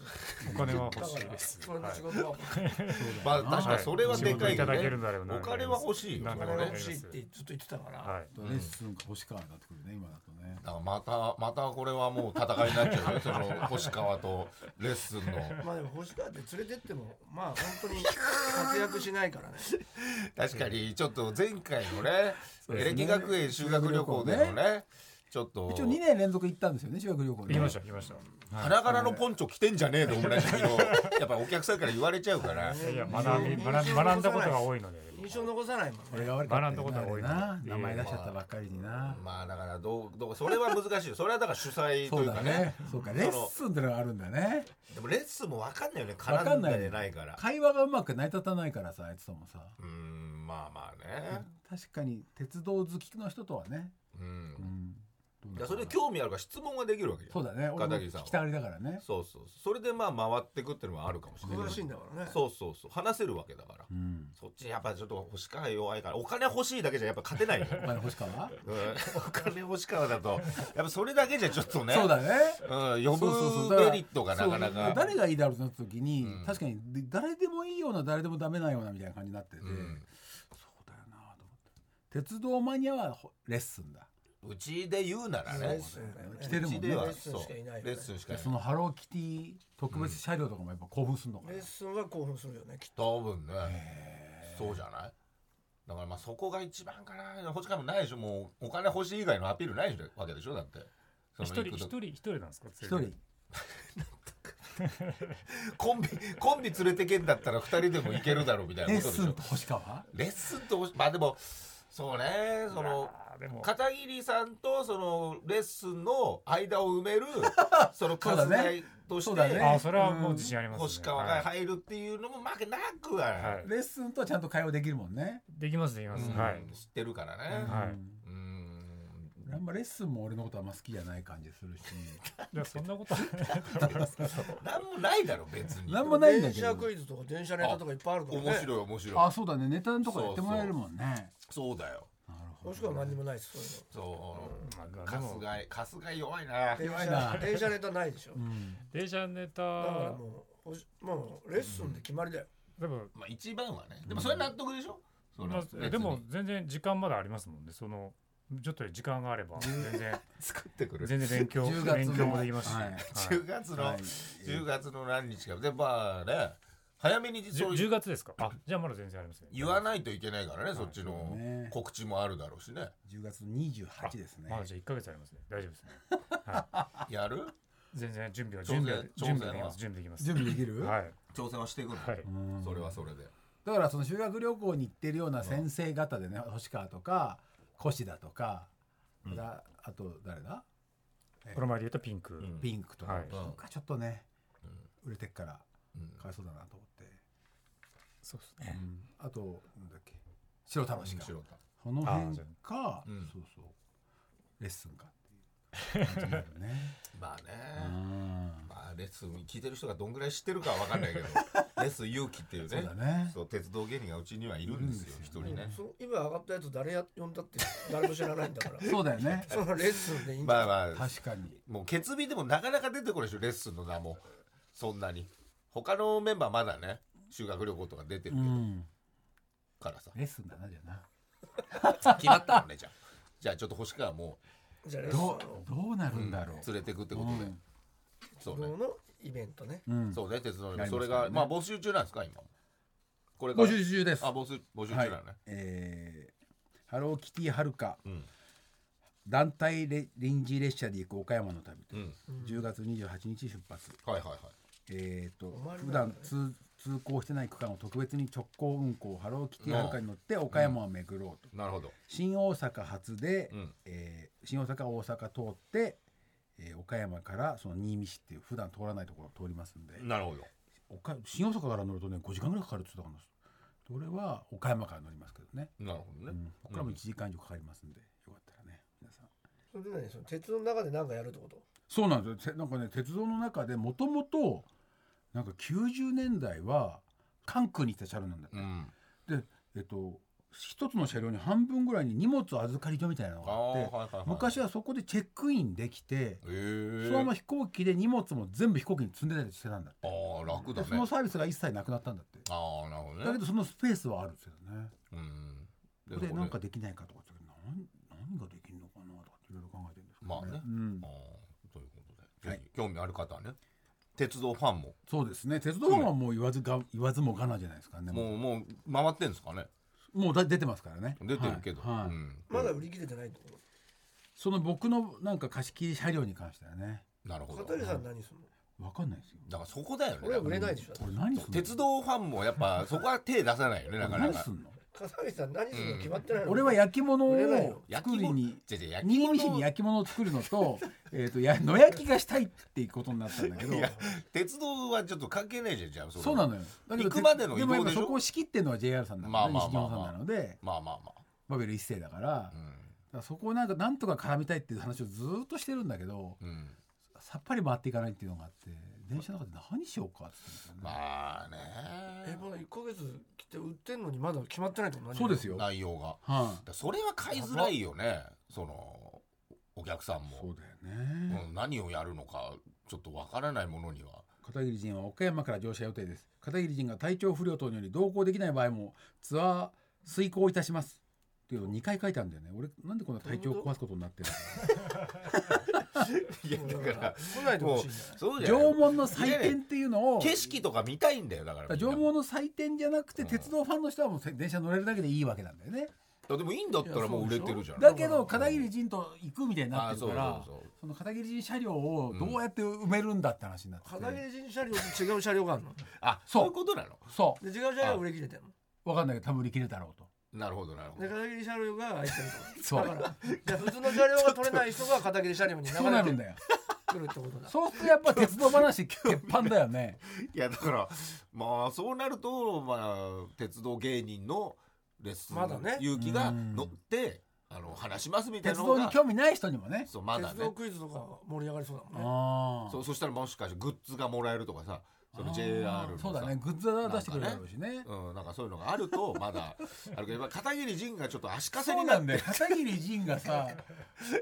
Speaker 4: お金は
Speaker 1: だ
Speaker 4: 欲しい
Speaker 1: から
Speaker 4: です
Speaker 1: それの仕事は
Speaker 3: そう
Speaker 2: ま
Speaker 3: だ
Speaker 2: あ
Speaker 3: よな
Speaker 2: 確かにそれはでかい
Speaker 4: 仕事
Speaker 2: よ
Speaker 4: いただけ
Speaker 2: ね
Speaker 4: るならな
Speaker 2: お金は欲しいよ
Speaker 4: な
Speaker 1: お
Speaker 4: ん
Speaker 2: それ
Speaker 4: か
Speaker 1: 金
Speaker 2: は
Speaker 1: が
Speaker 2: ね
Speaker 1: 欲しいってずっと言ってたから、
Speaker 4: はい
Speaker 3: レッスンか星川になってくるね今だとね
Speaker 2: だからまたまたこれはもう戦いになっちゃう よその星川とレッスンの
Speaker 1: まあでも星川って連れてってもまあ本当に活躍しないからね
Speaker 2: 確かにちょっと前回のね
Speaker 3: そう
Speaker 2: エレ
Speaker 3: ですね
Speaker 2: キ学園修学旅行でのねちょっと
Speaker 3: 一応2年連続行ったんですよね修学旅行
Speaker 4: 行き
Speaker 3: ね
Speaker 4: ました行きまし
Speaker 2: 花柄のポンチョ着てんじゃねえのおもらしのやっぱお客さんから言われちゃう から
Speaker 4: たいや学び学び学んだことが多いので
Speaker 1: 印象残さないもん
Speaker 3: 俺
Speaker 1: ね
Speaker 3: が悪かった
Speaker 4: 学んだ
Speaker 3: よ
Speaker 4: こと
Speaker 3: な
Speaker 4: が多い
Speaker 3: あ
Speaker 4: な
Speaker 3: れな名前出しちゃったばっかりにな
Speaker 2: まあだからどうどうそれは難しいよそれはだから主催
Speaker 3: そ
Speaker 2: というう
Speaker 3: だ
Speaker 2: かね
Speaker 3: ねそうかレッスンってのがあるんだね
Speaker 2: でもレッスンも分かんないよね
Speaker 3: わ
Speaker 2: 絡
Speaker 3: か
Speaker 2: ん
Speaker 3: ん
Speaker 2: だ
Speaker 3: ない
Speaker 2: でないから
Speaker 3: 会話がうまく成り立たないからさあいつともさ
Speaker 2: うーんまあまあね
Speaker 3: 確かに鉄道好きの人とはね、
Speaker 2: うん
Speaker 3: うん、どう
Speaker 2: いや
Speaker 3: なのか
Speaker 2: それ
Speaker 3: な
Speaker 2: で興味あるから質問ができるわけじゃん
Speaker 3: そうだね俺も
Speaker 2: 片桐さん
Speaker 3: 聞
Speaker 2: は
Speaker 3: きたがりだからね、
Speaker 2: そうそうそれでまあ回ってくっていうのはあるかもしれない
Speaker 1: 詳しいんだからね
Speaker 2: そうそうそう話せるわけだから
Speaker 3: うん、
Speaker 2: そっちやっぱちょっと星川弱いからお金欲しいだけじゃやっぱ勝てないよ、
Speaker 3: お金欲しか な、
Speaker 2: うん、お金欲しからだとやっぱそれだけじゃちょっとね
Speaker 3: そうだね
Speaker 2: うん、呼ぶ
Speaker 3: そうそうそうだから
Speaker 2: メリットがなかな
Speaker 3: そう
Speaker 2: か
Speaker 3: 誰がいいだろうってなった時に、
Speaker 2: うん
Speaker 3: 確かにで誰でもいいような誰でもダメなようなみたいな感じになってて、
Speaker 2: うん
Speaker 3: そうだよなと思って鉄道マニアはほレッスンだ
Speaker 2: うちで言うなら
Speaker 1: レ
Speaker 2: ね
Speaker 1: ッスンだよね
Speaker 3: 来て
Speaker 2: う
Speaker 3: るも
Speaker 2: ち
Speaker 3: ん
Speaker 2: で
Speaker 3: ね
Speaker 2: は
Speaker 1: レッスンしかいないよね
Speaker 2: そうレッスンしかい
Speaker 3: そ
Speaker 2: ない
Speaker 3: のハローキティ特別車両とかもやっぱ興奮するのかな、
Speaker 1: レッスンは興奮するよねきっ
Speaker 2: 多分ねそうじゃないだからまあそこが一番かな欲しかもないでしょもうお金欲しい以外のアピールないわけでしょだってそ
Speaker 4: 一
Speaker 2: の行
Speaker 4: 人一
Speaker 2: くと
Speaker 4: 人一人なんですか
Speaker 3: 一
Speaker 4: 連れ
Speaker 3: 人
Speaker 4: て
Speaker 2: コンビコンビ連れてけんだったら二人でも行けるだろうみたいな
Speaker 3: レ
Speaker 2: こと
Speaker 3: ッ
Speaker 2: で
Speaker 3: ス
Speaker 2: しょ
Speaker 3: ンと星川
Speaker 2: レッスンとまあでもそうねその
Speaker 4: あーでも
Speaker 2: 片桐さんとそのレッスンの間を埋めるその
Speaker 3: そうだ
Speaker 2: 数
Speaker 3: ね
Speaker 2: 代とし
Speaker 3: そうだ
Speaker 2: て、
Speaker 3: ね
Speaker 4: あそれはもう自信ありますね
Speaker 2: 星川が入るっていうのも負けなくは、
Speaker 4: はいはい
Speaker 3: レッスンとはちゃんと会話できるもんね。
Speaker 4: できますできます
Speaker 2: うん
Speaker 4: はい
Speaker 2: 知ってるからね、
Speaker 4: はい
Speaker 3: うん
Speaker 2: うん
Speaker 3: あんまレッスンも俺のことあんま好きじゃない感じするし。
Speaker 4: いやそんなことは
Speaker 2: なんもないだろ別に
Speaker 3: なん
Speaker 1: と
Speaker 3: もないんだ
Speaker 1: 電
Speaker 3: け
Speaker 1: 車
Speaker 3: ど。
Speaker 1: クイズとか電車ネタとかいっぱいあるからね
Speaker 2: 面白い面白い
Speaker 3: あ、そうだね。ネタのとこやってもらえるもんね。
Speaker 2: そうだよ
Speaker 3: なるほ
Speaker 1: 星川
Speaker 3: ど。
Speaker 1: は何にもないですそういうの
Speaker 2: そう
Speaker 4: まあでも
Speaker 2: 春日井春日井弱いな
Speaker 1: 電
Speaker 3: 弱い
Speaker 1: 車
Speaker 3: な
Speaker 1: 電車ネタないでしょ、
Speaker 3: うん。
Speaker 4: 電車ネタ
Speaker 1: だからもうほしもうレッスンで決まりだよ、
Speaker 4: でも
Speaker 2: まあ一番はねでもそれ納得でしょ、それ
Speaker 4: ま
Speaker 2: は
Speaker 4: あ
Speaker 2: 別に
Speaker 4: でも全然時間まだありますもんねそのちょっと時間があれば全然
Speaker 2: 作ってくる
Speaker 4: 全然勉強
Speaker 3: 10月の
Speaker 4: 勉強もできますし、
Speaker 3: はい
Speaker 2: 10月の、
Speaker 3: はい
Speaker 2: 10月の何日かでまあね早めに
Speaker 4: じゅ
Speaker 2: そう
Speaker 4: 10, 月ですかあじゃあまだ全然ありますね
Speaker 2: 言わないといけないからね、そっち
Speaker 3: そう
Speaker 2: の
Speaker 3: ね
Speaker 2: 告知もあるだろうしね
Speaker 3: 10月28ですね
Speaker 4: ま。だじゃあ1ヶ月ありますね大丈夫ですね
Speaker 2: やる
Speaker 4: 全然準備は
Speaker 2: 挑
Speaker 4: 準
Speaker 2: 戦
Speaker 4: 備
Speaker 2: 挑戦
Speaker 4: は準備できま
Speaker 2: は
Speaker 4: す準備できます
Speaker 3: 準備できる？
Speaker 4: はい
Speaker 2: 挑戦はしていくの、
Speaker 4: はい
Speaker 3: うん
Speaker 2: それはそれで
Speaker 3: だからその修学旅行に行ってるような先生方でね、星川とか越田とか、
Speaker 2: うん
Speaker 3: だあと誰だ
Speaker 4: この前で言うとピンク、
Speaker 2: うん
Speaker 3: ピンクとか、
Speaker 4: はい
Speaker 3: ピンクはちょっとね、売れてっから
Speaker 2: うん
Speaker 3: かわいそうだなと思って、
Speaker 5: そうですね。
Speaker 3: うんあとなんだっけ白田しか
Speaker 2: 白
Speaker 3: この
Speaker 4: あー
Speaker 3: 辺
Speaker 4: じゃ
Speaker 3: か、
Speaker 2: うん
Speaker 3: そうそうレッスンかっていう感じになるね
Speaker 2: まあね、
Speaker 3: うん
Speaker 2: まあレッスン聞いてる人がどんぐらい知ってるかは分かん ないけどレッスン勇気っていう
Speaker 3: そう
Speaker 2: ね
Speaker 3: だね
Speaker 2: そう鉄道芸人がうちにはいるんですよ
Speaker 3: いるんで
Speaker 2: 一
Speaker 3: すよ
Speaker 2: 人ね
Speaker 1: そう今上がったやつ誰や呼んだって誰も知らないんだから
Speaker 3: そうだよね
Speaker 1: そのレッスンでいいん
Speaker 2: ま
Speaker 1: だ
Speaker 2: あまあ
Speaker 3: 確かに
Speaker 2: もう決備でもなかなか出てこないでしょレッスンの名もそんなに他のメンバーまだね修学旅行とか出てる
Speaker 3: う
Speaker 2: けど
Speaker 3: ん
Speaker 2: からさ
Speaker 3: レッスンだなじゃあな
Speaker 2: 決まったのねじゃあじゃあちょっと星川も
Speaker 1: じゃあレッスン
Speaker 3: ど
Speaker 1: の
Speaker 3: うどうなるんだろう、
Speaker 2: 連れてくってことで、そうね
Speaker 1: どのイベントね
Speaker 3: うん
Speaker 2: そうね鉄道
Speaker 3: や
Speaker 2: に
Speaker 3: ります
Speaker 2: それ
Speaker 3: から
Speaker 2: が
Speaker 3: ね
Speaker 2: まあ募集中なんですか今もこれから
Speaker 3: 募集中です
Speaker 2: あ募集募集中
Speaker 3: は
Speaker 2: ないのね、
Speaker 3: えーハローキティはるか
Speaker 2: うん
Speaker 3: 団体レ臨時列車で行く岡山の旅と
Speaker 2: う
Speaker 3: いうん10月28日出発、
Speaker 2: はいはいはい
Speaker 3: えー、と
Speaker 1: お参り
Speaker 3: 普
Speaker 1: なん
Speaker 3: 段
Speaker 1: だね
Speaker 3: 通通行してない区間を特別に直行運行ハローキティはるかに乗って岡山を巡ろうと、
Speaker 2: なるほど
Speaker 3: 新大阪発で、
Speaker 2: うん
Speaker 3: えー新大阪大阪通って、えー岡山からその新見市っていう普段通らないところを通りますんで、
Speaker 2: なるほど
Speaker 3: 岡新大阪から乗るとね5時間ぐらいかかるって言ってたから俺は岡山から乗りますけどね、
Speaker 2: なるほど
Speaker 3: う
Speaker 2: ね、
Speaker 3: ん、ここからも1時間以上かかりますんでよかったらね皆さん
Speaker 1: それで何その鉄の中で何かやるってこと
Speaker 3: そうなんですよてなんかね鉄道の中でもともとなんか90年代は関空に来た車両なんだって、
Speaker 2: うん、
Speaker 3: えっと一つの車両に半分ぐらいに荷物預かり所みたいなの
Speaker 2: あ
Speaker 3: が
Speaker 2: あ
Speaker 3: あっ
Speaker 2: はい
Speaker 3: て
Speaker 2: はいはい
Speaker 3: 昔
Speaker 2: へ
Speaker 3: はそこでチェックインできて、
Speaker 2: え
Speaker 3: そのまま飛行機で荷物も全部飛行機に積んでたりしてたんだっ
Speaker 2: あ
Speaker 3: て、
Speaker 2: あ楽だ
Speaker 3: でその
Speaker 2: ね
Speaker 3: サービスが一切なくなったんだって
Speaker 2: ああなるほどね
Speaker 3: だけどそのスペースはあるんですよね
Speaker 2: うん
Speaker 3: で
Speaker 2: もこれ
Speaker 3: なんかできないかとかって何何ができるのかなとかっていろいろ考えてるんですけど、
Speaker 2: まあね
Speaker 3: うん
Speaker 2: ああということで、
Speaker 3: はい
Speaker 2: ぜひ興味ある方はね鉄道ファンも、
Speaker 3: そうですね鉄道はもう言わずが言わずもがなじゃないですかねも
Speaker 2: もうもう回ってんですかね
Speaker 3: うもうだ出てますからね
Speaker 2: 出てるけど、
Speaker 3: はいはい
Speaker 2: うん
Speaker 1: まだ売り切れてないってこ
Speaker 3: その僕のなんか貸し切り車両に関してはね
Speaker 2: なるほ
Speaker 1: と
Speaker 2: ど
Speaker 1: 片桐
Speaker 2: だ
Speaker 1: さん何するの
Speaker 3: わかんないですよ
Speaker 2: からそこだよ
Speaker 1: 俺は売
Speaker 2: ね
Speaker 1: れないでしょ
Speaker 3: これ何すんの
Speaker 2: 鉄道ファンもやっぱそこは手出さないよねなかな
Speaker 3: 何
Speaker 2: か
Speaker 3: すんの
Speaker 1: 片桐さん何するの決まってないの
Speaker 3: 俺は焼き物
Speaker 1: 売れない
Speaker 3: を
Speaker 1: よ
Speaker 2: 焼
Speaker 3: 作
Speaker 2: き
Speaker 3: り
Speaker 2: 物
Speaker 3: に
Speaker 2: じゃじゃ焼き
Speaker 3: 新見市
Speaker 2: 物
Speaker 3: に焼き物を作るのと えっとや野焼きがしたいっていうことになったんだけど
Speaker 2: いや鉄道はちょっと関係ないじゃんじゃあ
Speaker 3: そうな
Speaker 2: の
Speaker 3: のよだけど
Speaker 2: 行くまでの移動でしょ
Speaker 3: もやっぱそこを仕切ってるのは JR さんな
Speaker 2: まあ
Speaker 3: ので
Speaker 2: まあ
Speaker 3: 西日
Speaker 2: まあ
Speaker 3: 本
Speaker 2: ま
Speaker 3: さ
Speaker 2: あ
Speaker 3: んなので
Speaker 2: まあまあま
Speaker 3: バベル一世だからだ
Speaker 2: あ
Speaker 3: か、らそこをなんかなんとか絡みたいっていう話をずーっとしてるんだけど
Speaker 2: うんうん、
Speaker 3: さっぱり回っていかないっていうのがあって電車の中で何しようかって言ってたんだよね
Speaker 2: まあ
Speaker 1: え
Speaker 2: ね
Speaker 1: まだ1ヶ月来て売ってんのにまだ決まってないってこと何
Speaker 3: そうですよはい、
Speaker 2: 内容がだそれは買いづらいよねそのお客さん
Speaker 3: そ
Speaker 2: も
Speaker 3: う、だよね、
Speaker 2: うん、何をやるのかちょっとわからないものには
Speaker 3: 片桐仁は岡山から乗車予定です片桐仁が体調不良等により同行できない場合もツアー遂行いたしますっていうのを2回書いたんだよね俺なんでこんな体調を壊すことになってる
Speaker 2: いやだから
Speaker 1: 来ないでほしいんじゃない
Speaker 2: そう
Speaker 3: の
Speaker 2: じゃない
Speaker 3: 縄文の祭典っていうのを
Speaker 2: 景色とか見たいんだよだからみんな
Speaker 3: 縄文の祭典じゃなくて
Speaker 2: うん
Speaker 3: 鉄道ファンの人はもうせ電車乗れるだけでいいわけなんだよね
Speaker 2: いやでもいいんだったらもう売れてるじゃん
Speaker 3: だけど片桐仁と行くみたいにな
Speaker 2: あ
Speaker 3: っ
Speaker 2: あ
Speaker 3: て
Speaker 2: そ
Speaker 3: る
Speaker 2: う
Speaker 3: か
Speaker 2: そう
Speaker 3: ら
Speaker 2: そう
Speaker 3: その片桐仁車両をどうやって埋めるんだって話になってて
Speaker 1: 片桐人車両と違う車両があるの
Speaker 2: あ
Speaker 3: そう
Speaker 2: そういうことなの
Speaker 3: そ
Speaker 1: で違う車両は売り切れてんの
Speaker 3: うわかんないけど多分売り切れだろうと
Speaker 2: なるほどなるほ
Speaker 1: で
Speaker 2: ど
Speaker 1: 片桐車両が空いてると
Speaker 3: そう
Speaker 1: だからじゃあ普通の車両が取れない人が片桐車両に流
Speaker 3: そうな
Speaker 1: れ
Speaker 3: るん
Speaker 1: て
Speaker 3: だよ
Speaker 1: くるってことだ
Speaker 3: そうするとやっぱ鉄道話鉄板だよね
Speaker 2: いやだからまあそうなるとまあ鉄道芸人のレッスン
Speaker 1: まだね
Speaker 2: 勇気が
Speaker 3: うん
Speaker 2: 乗ってあの話しますみたい
Speaker 3: 鉄
Speaker 2: なの
Speaker 3: 道に
Speaker 2: が
Speaker 3: 興味ない人にもね
Speaker 2: そうまだ
Speaker 1: 鉄道
Speaker 2: ね
Speaker 1: クイズとか盛り上がりそうだもんね
Speaker 3: あ
Speaker 2: そうそしたらもしかしてグッズがもらえるとかさその JR のさ
Speaker 3: そうだねグッズは出してくれるだろうしね
Speaker 2: うん、なんかそういうのがあるとまだあるけどやっぱ片桐仁がちょっと足かせ
Speaker 3: そ
Speaker 2: に
Speaker 3: う
Speaker 2: な
Speaker 3: な
Speaker 2: っ
Speaker 3: ん
Speaker 2: て
Speaker 3: だよ片桐仁 がさ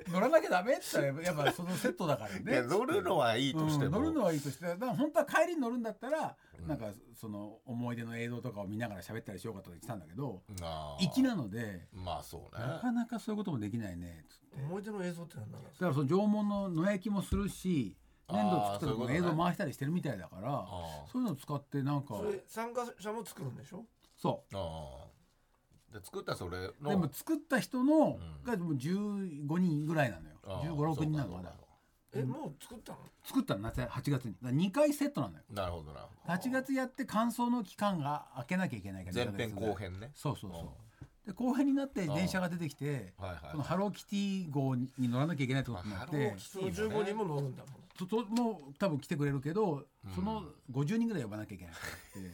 Speaker 3: 乗らなきゃダメって言ったらやっぱそのセットだから
Speaker 2: いや
Speaker 3: ね
Speaker 2: 乗るのはいいとして
Speaker 3: うん
Speaker 2: も、
Speaker 3: 乗るのはいいとしてだから本当は帰りに乗るんだったら、
Speaker 2: うん
Speaker 3: なんかその思い出の映像とかを見ながら喋ったりしようかとか言ってたんだけど
Speaker 2: あー
Speaker 3: 粋なので
Speaker 2: まあそうね
Speaker 3: なかなかそういうこともできないねっつって
Speaker 1: 思い出の映像って何なんだろ
Speaker 3: だからその縄文の野焼きもするし粘土作った時も映像回したりしてるみたいだから
Speaker 2: あー
Speaker 3: そういうのを使ってなんか
Speaker 1: うそれ参加者も作るんでしょ
Speaker 3: そう
Speaker 2: ああで作ったそれの
Speaker 3: でも作った人
Speaker 2: う
Speaker 3: の
Speaker 2: ん
Speaker 3: がもう15人ぐらいなのよ
Speaker 2: ああ
Speaker 3: 1 5六6人な
Speaker 2: そ
Speaker 3: の
Speaker 2: うか
Speaker 3: かな
Speaker 2: そうか
Speaker 1: えもう作ったの
Speaker 3: 作ったの夏や8月に2回セットなのよ
Speaker 2: なるほどな
Speaker 3: 8月やって乾燥の期間が開けなきゃいけないから
Speaker 2: 前編後編ね
Speaker 3: そうそうそうで後編になって電車が出てきて
Speaker 2: はいはい
Speaker 3: このハローキティ号に乗らなきゃいけないってことになっ
Speaker 2: ハロー
Speaker 3: て
Speaker 2: キテ
Speaker 1: その15人も乗るんだもん
Speaker 3: とともう多分来てくれるけどその50人ぐらい呼ばなきゃいけないってなっ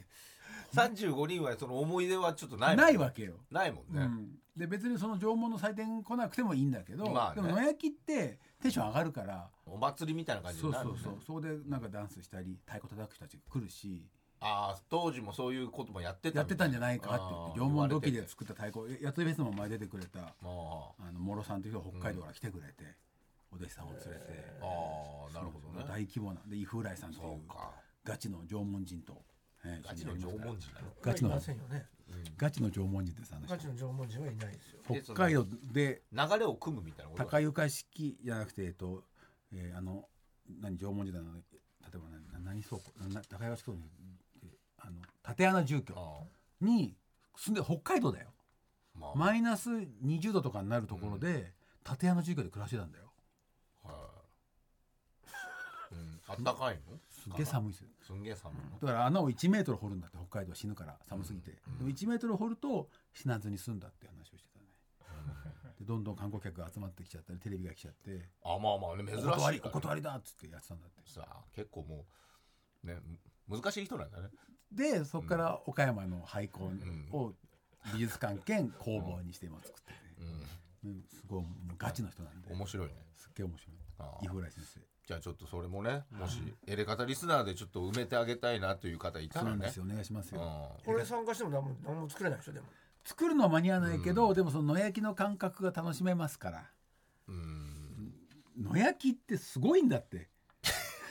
Speaker 2: 35人はその思い出はちょっとな
Speaker 3: て
Speaker 2: い
Speaker 3: ないわけよ
Speaker 2: ないもん
Speaker 3: う
Speaker 2: ね、
Speaker 3: ん、で別にその縄文の祭典来なくてもいいんだけど、
Speaker 2: まあね
Speaker 3: でも野焼きってテンション上がるから、
Speaker 2: お祭りみたいな感じ
Speaker 3: そ
Speaker 2: に
Speaker 3: うそ
Speaker 2: なるもん
Speaker 3: う
Speaker 2: ね
Speaker 3: そうそこでなんかダンスしたり太鼓叩く人たち来るし
Speaker 2: ああ当時もそういうこともやってた
Speaker 3: やってたんじゃないかって言って縄文土器で
Speaker 2: く
Speaker 3: 作った太鼓ややついフェスも前出てくれた
Speaker 2: あ
Speaker 3: あの諸さんという人が北海道から来てくれて、お弟子さんを連れて、
Speaker 2: ーあーなるほどね
Speaker 3: 大規模なで伊風来さんとい
Speaker 2: そううか
Speaker 3: ガチの縄文人と、えー
Speaker 2: ガチの縄文人なの
Speaker 3: ガチの
Speaker 1: いませんよね
Speaker 3: ガチの縄文人ってさあの人
Speaker 1: ガチの縄文人はいないですよ
Speaker 2: で
Speaker 3: 北海道で
Speaker 2: 流れを組むみたいなこと
Speaker 3: 高床式じゃなくてえっと、えーあの何縄文時代の例えば何何何倉庫なな高床式倉庫ってあの縦穴住居
Speaker 2: あ
Speaker 3: に住んで北海道だよ
Speaker 2: ーまあ、
Speaker 3: マイナス20度とかになるところで、縦穴住居で暮らしてたんだよ
Speaker 2: はいうん、あったかいの
Speaker 3: すっげえ寒いですよ
Speaker 2: すんげえ寒いの
Speaker 3: だから穴を1メートル掘るんだって北海道は死ぬから寒すぎて、でも1メートル掘ると死なずに済んだって話をしてたねでどんどん観光客が集まってきちゃったりテレビが来ちゃって
Speaker 2: あまあまあね
Speaker 3: 「お
Speaker 2: 珍しい
Speaker 3: 断り
Speaker 2: から
Speaker 3: お断りだ!」っつってやってたんだって
Speaker 2: さあ結構もうねむ難しい人なんだね
Speaker 3: でそこから岡山の廃校
Speaker 2: ん
Speaker 3: を美術館兼工房にして今作ってね、
Speaker 2: う
Speaker 3: うんすごいもうガチの人なんで
Speaker 2: ん面白いね
Speaker 3: すっげえ面白い
Speaker 2: あ
Speaker 3: 伊
Speaker 2: あ
Speaker 3: 風来先生
Speaker 2: じゃあちょっとそれもねもしエレカタリスナーでちょっと埋めてあげたいなという方いた
Speaker 3: そうな
Speaker 2: ら
Speaker 3: んで
Speaker 2: ね
Speaker 3: すよお願いします
Speaker 2: う
Speaker 3: よ、
Speaker 2: ん
Speaker 1: これ参加しても何も何も作れないでしょでも
Speaker 3: 作るのは間に合わないけど、でもその野焼きの感覚が楽しめますから
Speaker 2: うん
Speaker 3: 野焼きってすごいんだって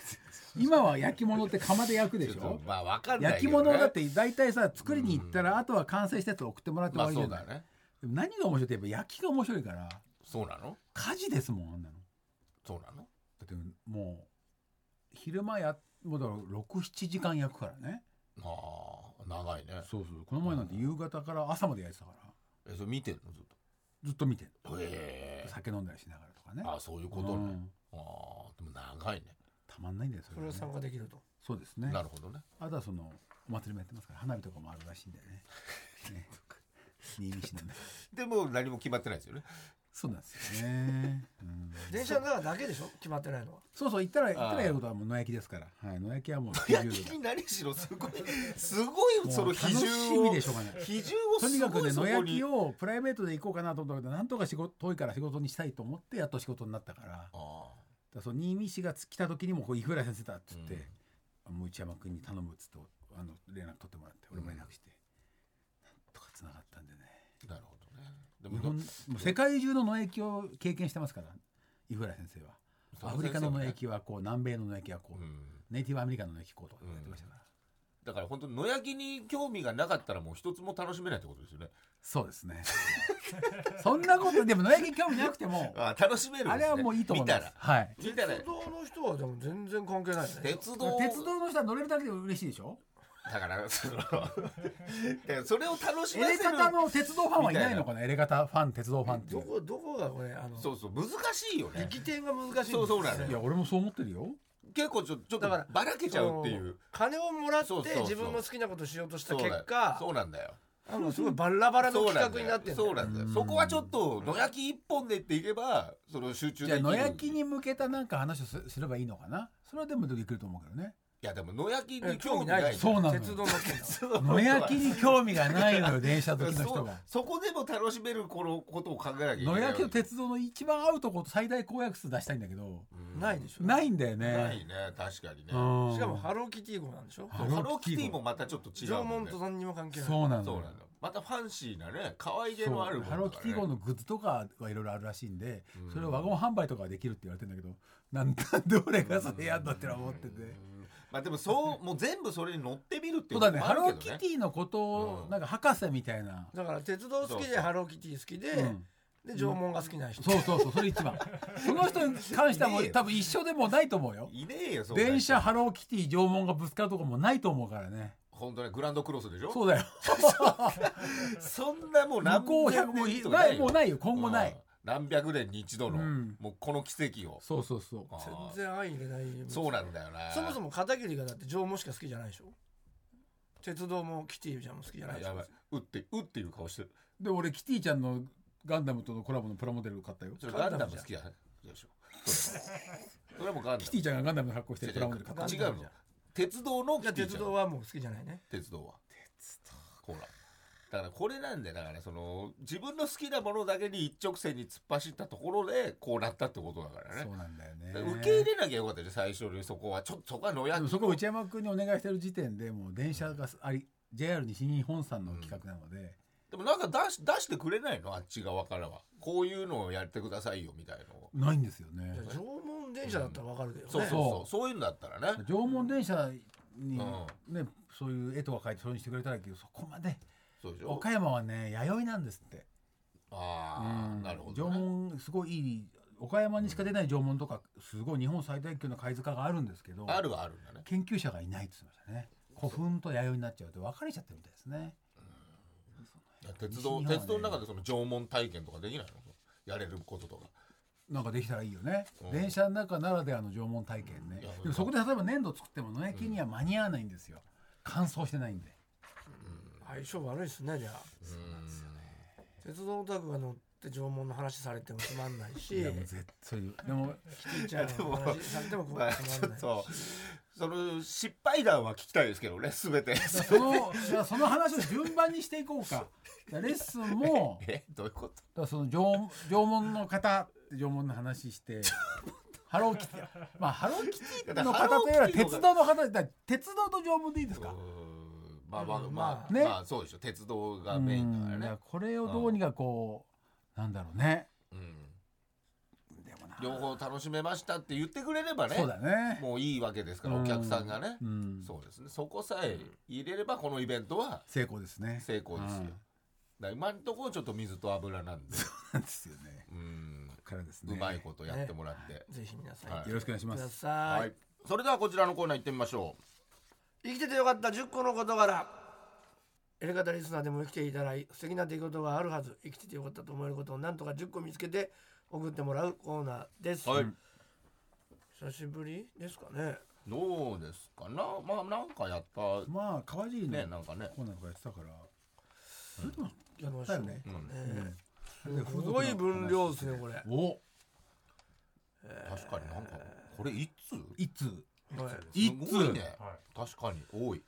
Speaker 3: 今は焼き物って窯で焼くでし
Speaker 2: ちょっ
Speaker 3: ょ
Speaker 2: とまあわかんない
Speaker 3: 焼
Speaker 2: け
Speaker 3: き
Speaker 2: どね
Speaker 3: 物だって大体さ作りに行ったら、あとは完成したやつを送ってもらって終
Speaker 2: ま
Speaker 3: わ
Speaker 2: あ
Speaker 3: りじ
Speaker 2: そ
Speaker 3: ゃ
Speaker 2: う
Speaker 3: ない、
Speaker 2: だね
Speaker 3: でも何が面白いってやっぱ焼きが面白いから
Speaker 2: そうなの
Speaker 3: 火事ですもんあんなの
Speaker 2: そうなの
Speaker 3: だってもう昼間やもうだ67時間焼くからね
Speaker 2: ああ長いね
Speaker 3: そうそうこの前なんて夕方から朝まで焼いてたから
Speaker 2: えそれ見てんのずっ
Speaker 3: ずっと見てる
Speaker 2: とへえ
Speaker 3: 酒飲んだりしながらとかね
Speaker 2: ああそういうこと
Speaker 3: う
Speaker 2: ね
Speaker 3: ん
Speaker 2: ああでも長いね
Speaker 3: たまんないんだよそ
Speaker 1: そ
Speaker 3: れ,、
Speaker 1: れ
Speaker 3: ね
Speaker 1: は、参加できると
Speaker 3: そうですね
Speaker 2: なるほどね
Speaker 3: あとはそのお祭りもやってますから花火とかもあるらしいんだよ ねね新見市のね
Speaker 2: でも何も決まってないですよね
Speaker 3: そうなんですよね、うん
Speaker 1: 電車の中だけでしょ決まってないのは
Speaker 3: そうそう行ったら行ったらやることはもう野焼きですから、はい、 野焼きはもう
Speaker 2: いや
Speaker 3: 90度
Speaker 2: 気に何しろすごいすごいその比重
Speaker 3: もう楽し
Speaker 2: を
Speaker 3: みでしょうがない
Speaker 2: 比重 を
Speaker 3: とに
Speaker 2: す
Speaker 3: かく
Speaker 2: ご
Speaker 3: ね
Speaker 2: いそ
Speaker 3: 野
Speaker 2: こ
Speaker 3: 焼き
Speaker 2: に
Speaker 3: をプライベートで行こうかなと思ったけどなんとか仕事遠いから仕事にしたいと思ってやっと仕事になったからだか
Speaker 2: あ
Speaker 3: らその新見市が来た時にもこう「伊ら先生だ」っつって「もう一山君に頼む」っつってあの連絡取ってもらって俺も連絡して、なんとかつながったんでね
Speaker 2: あなるほどねで
Speaker 3: 日本
Speaker 2: も
Speaker 3: もう世界中の野焼きを経験してますから伊ら先生は
Speaker 2: そう
Speaker 3: アフリカ
Speaker 2: 先
Speaker 3: の
Speaker 2: 生も
Speaker 3: 野
Speaker 2: ね
Speaker 3: 焼きはこう南米の野焼きはこう、
Speaker 2: うん
Speaker 3: ネイティブアメリカの野焼きこうとかやってましたから、
Speaker 2: だから本当野焼きに興味がなかったらもう一つも楽しめないってことですよね
Speaker 3: そうですねそんなことでも野焼き興味なくても
Speaker 2: あ楽しめるんですね
Speaker 3: あれはもういいと思いま
Speaker 2: 見たら。
Speaker 3: すはい。
Speaker 2: 見
Speaker 1: 鉄
Speaker 2: た
Speaker 1: 道
Speaker 2: ら
Speaker 1: の人はでも全然関係ないよね
Speaker 2: 鉄道
Speaker 3: 鉄道の人は乗れるだけで嬉しいでしょ。
Speaker 2: だからそのだからそれを楽し
Speaker 3: エ
Speaker 2: ませ
Speaker 3: レ
Speaker 2: る
Speaker 3: 方の鉄道ファンはいないのかな。エレ方ファン鉄道ファンってい
Speaker 1: ど
Speaker 3: う。
Speaker 1: こどこがこれあの
Speaker 2: そうそう難しいよね
Speaker 1: 力点が難しいんです
Speaker 2: そうそうなの
Speaker 1: ね
Speaker 2: よ
Speaker 3: いや俺もそう思ってるよ。
Speaker 2: 結構ちょちょっと
Speaker 1: だから
Speaker 2: ばらけちゃうっていう
Speaker 1: 金をもらって
Speaker 2: そうそうそう
Speaker 1: 自分の好きなことをしようとした
Speaker 2: そうだ
Speaker 1: 結
Speaker 2: よ
Speaker 1: 果
Speaker 2: そうなんだよ
Speaker 1: あのすごいバラバラの
Speaker 2: そうな
Speaker 1: 企画
Speaker 2: んだよ
Speaker 1: になってんだよ
Speaker 2: そうなんだよそこはちょっと野焼き一本でっていけばその集中
Speaker 3: じ
Speaker 2: で
Speaker 3: ゃあ
Speaker 2: きる
Speaker 3: 野焼きに向けたなんか話をすすればいいのかな。それはでもできると思うけ どね。
Speaker 2: いやでも野焼き
Speaker 1: え
Speaker 2: に興
Speaker 1: 興味
Speaker 2: 味な
Speaker 1: ないい
Speaker 3: そうなのよ。
Speaker 1: 鉄道の件 だ
Speaker 2: その
Speaker 3: 野焼きに興味がないのよ電車好きの人
Speaker 2: そう
Speaker 3: が。
Speaker 2: そこでも楽しめるこのことを考えなきゃいけない
Speaker 3: 野焼きと鉄道の一番合うとこと最大公約数出したいんだけど、
Speaker 1: ないでしょ
Speaker 3: ないんだよ
Speaker 2: な
Speaker 3: ね。
Speaker 2: いね確かにね
Speaker 3: うん
Speaker 1: しかもハローキティ号なんでしょ
Speaker 2: そうハローキティもまたちょっと違
Speaker 1: 縄
Speaker 2: うもん
Speaker 1: 文
Speaker 2: ね
Speaker 1: と何にも関係ない
Speaker 3: そうなの。
Speaker 2: そうなんだよまたファンシーなね可愛げのあるもんだか
Speaker 3: そうハ
Speaker 2: ら
Speaker 3: ロ
Speaker 2: ね
Speaker 3: ーキティ号のグッズとかはいろいろあるらしいんで、それをワゴン販売とかはできるって言われてんだけどなんだどれがそれやんのってのは思ってて、
Speaker 2: まあでも そうもう全部それに乗ってみるってい
Speaker 3: そう
Speaker 2: の
Speaker 3: うだ
Speaker 2: も
Speaker 3: ね
Speaker 2: あ
Speaker 3: ハ
Speaker 2: る
Speaker 3: ロ
Speaker 2: け
Speaker 3: ー
Speaker 2: ど
Speaker 3: キ
Speaker 2: ね
Speaker 3: ティのことを
Speaker 2: うん
Speaker 3: なんか博士みたいな、
Speaker 1: だから鉄道好き
Speaker 2: そう
Speaker 1: で
Speaker 2: そう
Speaker 1: ハローキティ好きで、
Speaker 3: ん
Speaker 1: で縄文が好きな人、
Speaker 3: そうそうそうそれ一番その人に関してはも
Speaker 2: いういね
Speaker 3: 多分一緒でもうないと思うよ
Speaker 2: いねえよそんな人
Speaker 3: 電車ハローキティ縄文がぶつかるとこもないと思うからね
Speaker 2: 本当ねグランドクロスでしょ
Speaker 3: そうだよ
Speaker 2: そんなもう
Speaker 3: 向
Speaker 2: 何
Speaker 3: こう
Speaker 2: 百
Speaker 3: 100
Speaker 2: 年
Speaker 3: も
Speaker 2: 以上
Speaker 3: ないもうないよ今後ない、
Speaker 2: うん何百年に一度の、
Speaker 3: うん
Speaker 2: もうこの奇跡を
Speaker 3: そうそうそう
Speaker 2: あー
Speaker 1: 全然相入れない
Speaker 2: そうなんだよな
Speaker 1: そもそも片桐がだって縄文しか好きじゃないでしょ鉄道もキティちゃんも好きじゃないでし
Speaker 2: や
Speaker 1: ょ
Speaker 2: ばいうってうっていう顔してる
Speaker 3: で俺キティちゃんのガンダムとのコラボのプラモデル買ったよ
Speaker 2: それガンダム好きやねでしょそれはもうガンダム
Speaker 3: キティちゃんがガンダムの発行してるプラモデル買った
Speaker 1: ガン
Speaker 2: 違
Speaker 1: ダ
Speaker 2: う
Speaker 1: ム
Speaker 2: の鉄道の
Speaker 1: じゃあ
Speaker 2: キティち
Speaker 1: 鉄
Speaker 2: ゃん
Speaker 1: 道はもう好きじゃないね
Speaker 2: 鉄道はほらだからこれなんでだからその自分の好きなものだけに一直線に突っ走ったところでこうなったってことだからね
Speaker 3: そうなんだよね
Speaker 2: だから受け入れなきゃよかったね最初にそこはちょっとそこは野
Speaker 3: で
Speaker 2: 焼
Speaker 3: も
Speaker 2: き
Speaker 3: そこ内山君にお願いしてる時点でもう電車があり JR 西日本さんの企画なので、
Speaker 2: でもなんか出し出してくれないのあっち側からはこういうのをやってくださいよみたいのを
Speaker 3: ないんですよ
Speaker 1: い
Speaker 3: ね
Speaker 1: や縄文電車だったらわかるけどね、
Speaker 2: そうそうそうそういうのだったらね
Speaker 3: 縄文電車に、
Speaker 2: う
Speaker 3: ねそういう絵とか描いてそれにしてくれたらいいけどそこまで
Speaker 2: そうでしょ
Speaker 3: 岡山はね弥生なんですって
Speaker 2: ああ、
Speaker 3: うん
Speaker 2: なるほど、
Speaker 3: 縄
Speaker 2: ね、
Speaker 3: 文すごいいい岡山にしか出ない縄文とかすごい日本最大級の貝塚があるんですけど
Speaker 2: あるはあるんだね
Speaker 3: 研究者がいないって言ってましたね古墳と弥生になっちゃうと分かれちゃってるみたいですね
Speaker 2: いや鉄道、
Speaker 3: 西日本はね
Speaker 2: 鉄道の中でその縄文体験とかできないのやれることとか
Speaker 3: なんかできたらいいよね、
Speaker 2: うん
Speaker 3: 電車の中ならではの縄文体験ね
Speaker 2: いや
Speaker 3: でもそこで例えば粘土作っても野焼きには間に合わないんですよ、乾燥してないんで
Speaker 1: 相性悪いですねじゃあ鉄道オタクが乗って縄文の話されてもつまんないし
Speaker 3: いやもう絶対でも
Speaker 1: キティちゃんの話されてもつまん
Speaker 2: ま
Speaker 1: な
Speaker 2: あ
Speaker 1: い
Speaker 2: ちょっとその失敗談は聞きたいですけどね全て
Speaker 3: そのじゃあその話を順番にしていこうかじゃあレッスンも
Speaker 2: えどういうこと
Speaker 3: だからその縄文縄文の方って縄文の話してハローキティまあハローキティの方というよりは鉄道の方だから鉄道と縄文でいいです
Speaker 2: うー
Speaker 3: か
Speaker 2: んまあまあ
Speaker 1: うん
Speaker 2: ま
Speaker 1: ま
Speaker 2: あ、
Speaker 3: あね
Speaker 2: まあそうでしょ鉄道がメインだから
Speaker 3: うんだから
Speaker 2: ね
Speaker 3: これをどうにかこうなんだろうね
Speaker 2: うん
Speaker 3: でもな
Speaker 2: 両方楽しめましたって言ってくれればね
Speaker 3: そうだね
Speaker 2: もういいわけですからお客さんがね
Speaker 3: うん
Speaker 2: そうですねそこさえ入れればこのイベントは
Speaker 3: 成功ですね
Speaker 2: 成功ですよ
Speaker 3: うん
Speaker 2: だから今のところちょっと水と油なんで
Speaker 3: なんですよ ね
Speaker 2: うん
Speaker 3: からですね
Speaker 2: うまいことやってもらって
Speaker 1: ぜひ皆さん
Speaker 2: はい
Speaker 1: 行って
Speaker 3: よろしくお願いしま
Speaker 1: くだ
Speaker 3: す
Speaker 1: さい、
Speaker 2: はいそれではこちらのコーナー行ってみましょう
Speaker 1: 生きててよかった10個の事柄エレガタリスナーでも生きていたら素敵な出来事があるはず生きててよかったと思えることを何とか10個見つけて送ってもらうコーナーです、
Speaker 2: はい
Speaker 1: 久しぶりですかね
Speaker 2: どうですかなまあなんかやった
Speaker 3: まあ川尻の
Speaker 2: ねなんかね
Speaker 3: コーナーとかやってたからそれでも
Speaker 1: やりましょう
Speaker 3: だよね
Speaker 1: ね
Speaker 3: うん
Speaker 1: すごい分量ですねこれ、
Speaker 3: お
Speaker 2: 確かになんかこれいつ
Speaker 3: いつ
Speaker 1: はい
Speaker 3: い
Speaker 2: す
Speaker 3: つ
Speaker 2: ごいね
Speaker 4: はい
Speaker 2: 確かに多い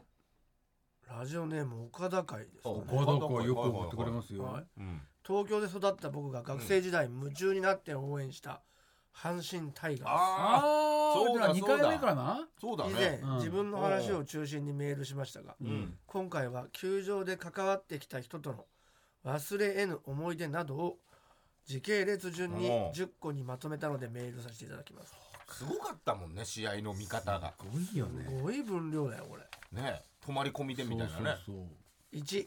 Speaker 1: ラジオネーム岡田会です、
Speaker 2: あ
Speaker 3: ごどこよく送ってくれます
Speaker 1: は
Speaker 3: よ
Speaker 1: い
Speaker 2: うん
Speaker 1: 東京で育った僕が学生時代夢中になって応援した阪神タイガース、
Speaker 2: ああ
Speaker 3: あ
Speaker 2: ー
Speaker 3: そうだ
Speaker 2: そう
Speaker 3: 2
Speaker 2: だ
Speaker 3: 回目かな
Speaker 2: そうだ
Speaker 1: 以前
Speaker 2: ね、
Speaker 3: うん
Speaker 1: 自分の話を中心にメールしましたが、
Speaker 2: ん
Speaker 1: 今回は球場で関わってきた人との忘れ得ぬ思い出などを時系列順に
Speaker 2: おう
Speaker 1: 10個にまとめたのでメールさせていただきます
Speaker 2: すごかったもんね試合の見方が
Speaker 3: すごいよ
Speaker 1: すごい分量だよこれ
Speaker 2: ね泊まり込みでみたいなね
Speaker 3: そうそう
Speaker 1: 1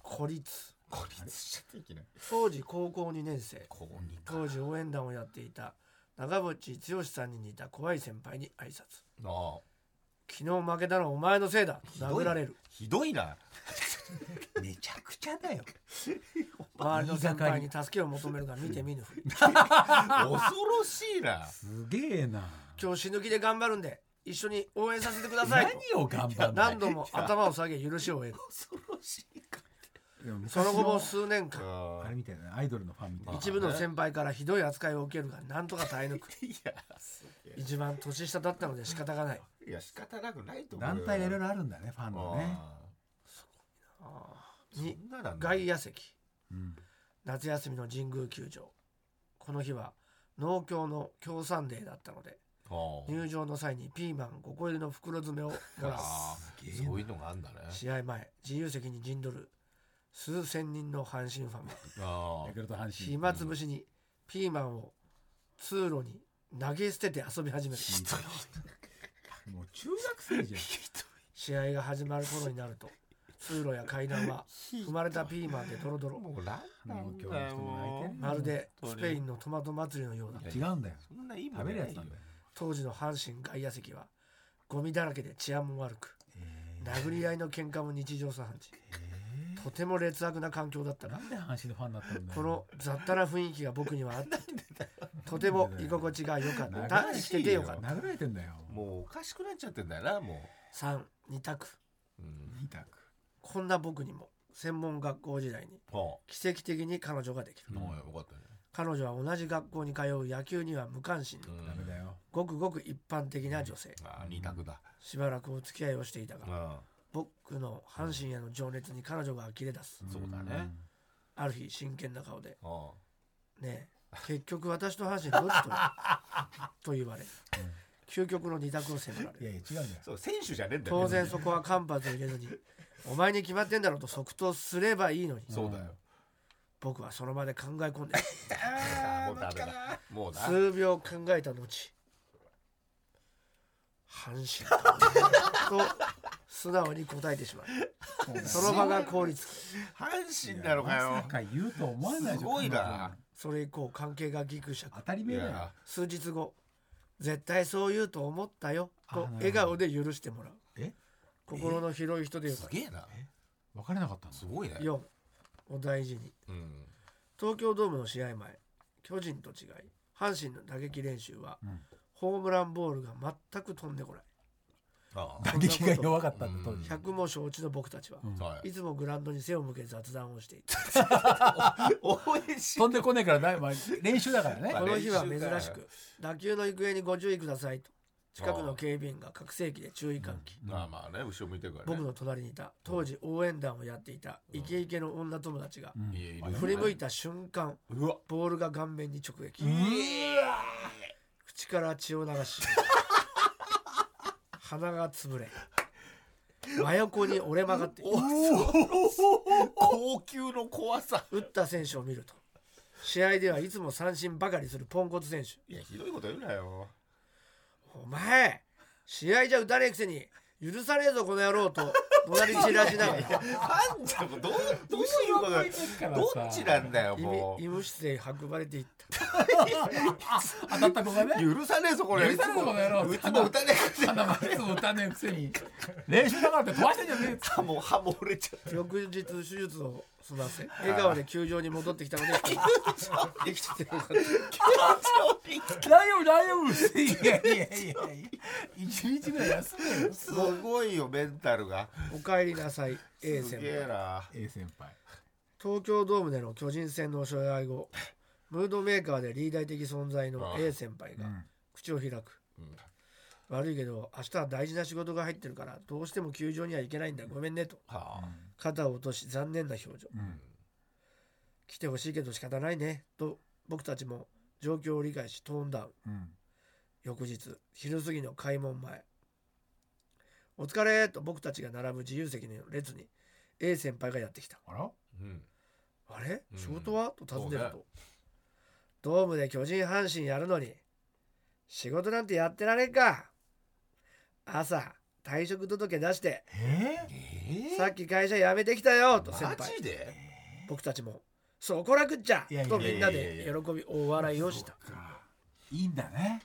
Speaker 1: 孤立
Speaker 2: 孤立しちゃっていけない
Speaker 1: 当時高校2年生
Speaker 2: ここにか
Speaker 1: 当時応援団をやっていた長渕剛さんに似た怖い先輩に挨拶
Speaker 2: なあ
Speaker 1: 昨日負けたのはお前のせいだ
Speaker 2: ど
Speaker 1: 殴
Speaker 2: い
Speaker 1: られる
Speaker 2: ひどいな
Speaker 3: そうめちゃくちゃ だよ
Speaker 1: 周りの先輩に助けを求めるが見て見ぬふり
Speaker 2: 恐ろしい な
Speaker 3: すげえな
Speaker 1: 今日死ぬ気で頑張るんで一緒に応援させてください
Speaker 3: 何を頑張んない
Speaker 1: 何度も頭を下げ許しを得る
Speaker 2: 恐ろしいか
Speaker 3: でも昔
Speaker 1: その後も数年間
Speaker 3: あれみたいなねアイドルのファンみたいな
Speaker 1: 一部の先輩からひどい扱いを受けるが何とか耐え抜く
Speaker 2: いやすげえ
Speaker 1: 一番年下だったので仕方がない
Speaker 2: いや仕方なくないと思うよ
Speaker 3: 団体がいろいろあるんだねファンのね
Speaker 2: あー
Speaker 1: に
Speaker 2: そんななんだ
Speaker 1: 外野席
Speaker 3: うん
Speaker 1: 夏休みの神宮球場この日は農協の協賛デーだったので
Speaker 2: あー
Speaker 1: 入場の際にピーマン5個入りの袋詰めをもらう
Speaker 2: あー
Speaker 3: すげえな
Speaker 2: そういうのがあんだね
Speaker 1: 試合前自由席に陣取る数千人の阪神ファンが
Speaker 2: あ
Speaker 3: ヤクルト阪神
Speaker 1: 暇つぶしにピーマンを通路に投げ捨てて遊び始める
Speaker 3: もう中学生じゃん
Speaker 1: 試合が始まる頃になると通路や階段は踏まれたピーマンでドロド
Speaker 2: あ
Speaker 1: ロ
Speaker 2: もうラ
Speaker 3: 農協の人も泣いてる
Speaker 1: まるでスペインのトマト祭りのようだ
Speaker 3: 違うんだよ
Speaker 2: そんないいも
Speaker 3: 食
Speaker 2: ん
Speaker 3: べ
Speaker 2: じ
Speaker 3: る
Speaker 2: ゃ
Speaker 3: や
Speaker 2: な
Speaker 3: つ
Speaker 2: いよ
Speaker 3: なんだよ
Speaker 1: 当時の阪神外野席はゴミだらけで治安も悪く
Speaker 3: え
Speaker 1: 殴り合いの喧嘩も日常茶飯事とても劣悪な環境だったが
Speaker 5: なんで阪神のファンだったんだよ
Speaker 1: この雑多な雰囲気が僕にはあったとても居心地が良かった
Speaker 2: 長
Speaker 1: 生
Speaker 2: いよ
Speaker 1: きてて良かった
Speaker 3: 殴られてんだよ
Speaker 2: もうおかしくなっちゃってんだよなも
Speaker 1: 32択
Speaker 2: う、うん、
Speaker 3: 二択
Speaker 1: こんな僕にも専門学校時代に
Speaker 2: は
Speaker 1: 奇跡的に彼女ができる
Speaker 2: あ、もうよかったね、
Speaker 1: 彼女は同じ学校に通う野球には無関心で
Speaker 2: うん
Speaker 3: ダメだよ
Speaker 1: ごくごく一般的な女性
Speaker 2: ああ二択だ、
Speaker 1: しばらくお付き合いをしていた
Speaker 2: う
Speaker 1: が
Speaker 2: ん、
Speaker 1: 僕の阪神への情熱に彼女が呆れ出す
Speaker 2: そうだね
Speaker 1: ある日真剣な顔で
Speaker 2: あ
Speaker 1: 「ねえ結局私と阪神どっちとる? 」 と言われ究極の二択を迫ら
Speaker 3: いや
Speaker 1: れ
Speaker 3: いや違うんだよ
Speaker 2: そう選手じゃねえんだよ
Speaker 1: 当然そこは間髪を入れ ずに「お前に決まってんだろ」と即答すればいいのに
Speaker 2: そうだよ、
Speaker 1: 僕はその場で考え 込んで
Speaker 2: ああもうダメだもうな
Speaker 1: 数秒考えた後阪神だと素直に答えてしま うその場が凍りつく
Speaker 2: 阪神なのか
Speaker 3: ま
Speaker 2: よ
Speaker 3: さか言うと思わないでしょ
Speaker 2: すごいな
Speaker 1: それ以降関係がギクシャク
Speaker 3: 当たり
Speaker 2: い
Speaker 3: 前だよ
Speaker 2: や
Speaker 1: 数日後絶対そう言うと思ったよと笑顔で許してもらう
Speaker 3: え
Speaker 1: 心の広い人でよか
Speaker 2: す
Speaker 1: っ
Speaker 2: げえな
Speaker 3: 別れなかったんだ
Speaker 2: すごいね
Speaker 1: た4お大事に
Speaker 2: うん
Speaker 1: 東京ドームの試合前巨人と違い阪神の打撃練習は、
Speaker 3: ん
Speaker 1: ホームランボールが全く飛んでこない
Speaker 2: あ
Speaker 5: 打撃が弱かったんだ当
Speaker 2: うん
Speaker 5: 時
Speaker 1: 百も承知の僕たちは、
Speaker 2: あはい
Speaker 1: いつもグラウンドに背を向け雑談をしていた。
Speaker 2: 応援し
Speaker 5: 飛んでこねえからだい、まあ、練習だからね
Speaker 2: まあ
Speaker 1: この日は珍
Speaker 2: 練習だ
Speaker 1: しく、打球の行方にご注意くださいと、近くの警備員が覚醒器で注意喚起。
Speaker 2: まあまあね後ろ向いてるから
Speaker 1: 僕
Speaker 2: ね
Speaker 1: の隣にいた、当時応援団をやっていたイケイケの女友達が、
Speaker 2: いやいるよね
Speaker 1: 振り向いた瞬間、
Speaker 2: うわ
Speaker 1: ボールが顔面に直撃。口から血を流し、 鼻が潰れ、真横に折れ曲がっている
Speaker 2: おお高級の怖さ
Speaker 1: 打った選手を見ると、試合ではいつも三振ばかりするポンコツ選手。
Speaker 2: いやひどいこと言うなよ
Speaker 1: お前、試合じゃ打たねえくせに、許さねえぞ、この野郎と、隣に散らしながら、
Speaker 2: あんちゃんもどうどういうことどっちなんだよ
Speaker 1: 医
Speaker 2: も
Speaker 1: 務
Speaker 2: う
Speaker 1: 医務室へ運ばれていった。
Speaker 5: 当たった子がね
Speaker 2: 許さねえぞこれ
Speaker 5: 許さねえぞこの野郎
Speaker 2: いつも打たねえ
Speaker 5: あんなまっすぐ打たねえくせに練習だからって飛ばしてんじゃねえっつって
Speaker 2: 歯も歯も折れちゃって
Speaker 1: 翌日、手術を済ませ、笑顔で球場に戻ってき たので、生きててよかっ
Speaker 5: 大丈夫大丈夫いやいやいやいや一日ぐらい休めよ
Speaker 2: すごいよメンタルが
Speaker 1: た。お帰りなさい、A
Speaker 2: す
Speaker 1: 先
Speaker 2: げえ
Speaker 1: 輩。
Speaker 2: な
Speaker 5: A 先輩
Speaker 1: 東京ドームでの巨人戦の試合後、ムードメーカーでリーダー的存在の A 先輩が口を開く。
Speaker 2: うん
Speaker 1: 悪いけど、明日は大事な仕事が入ってるから、どうしても球場には行けないんだ、ごめんねと。
Speaker 2: はあ
Speaker 1: 肩を落とし残念な表情、来てほしいけど仕方ないねと僕たちも状況を理解しトーンダウン
Speaker 3: うん
Speaker 1: 翌日昼過ぎの開門前お疲れと僕たちが並ぶ自由席の列に A 先輩がやってきた
Speaker 3: あら
Speaker 2: うん
Speaker 1: あれ
Speaker 2: うん
Speaker 1: 仕事は、と尋ねる
Speaker 2: そう
Speaker 1: と、ドームで巨人阪神やるのに仕事なんてやってられんか朝退職届出して
Speaker 5: え
Speaker 2: え
Speaker 1: さっき会社辞めてきたよと
Speaker 2: ー
Speaker 1: 先輩
Speaker 2: マジで
Speaker 1: 僕たちも「そこらくっちゃ!
Speaker 5: いやい」や
Speaker 1: とみんない
Speaker 2: やい
Speaker 1: で
Speaker 2: やいや
Speaker 1: 喜び大笑いをした
Speaker 5: いいんだね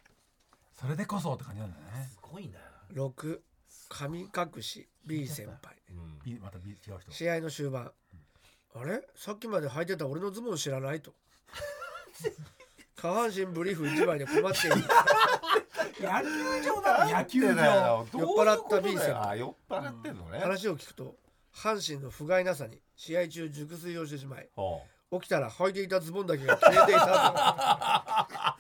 Speaker 5: それでこそって感じなんだね
Speaker 2: すごいな
Speaker 1: 6神隠し B 先輩
Speaker 2: うん
Speaker 5: ビまたビ違う人
Speaker 1: 試合の終盤「あれさっきまで履いてた俺のズボン知らない?」 と下半身ブリーフ1枚で困っている
Speaker 5: 野球場だ野球
Speaker 2: なんでだ
Speaker 5: 場
Speaker 2: よどういうこ
Speaker 1: 酔
Speaker 2: と
Speaker 1: っ払
Speaker 2: だよ
Speaker 1: ったビーセン
Speaker 2: あ酔っ払ってんのね、
Speaker 1: 話を聞くと阪神の不甲斐なさに試合中熟睡をしてしまい
Speaker 2: ほ
Speaker 1: 起きたら履いていたズボンだけが消えていた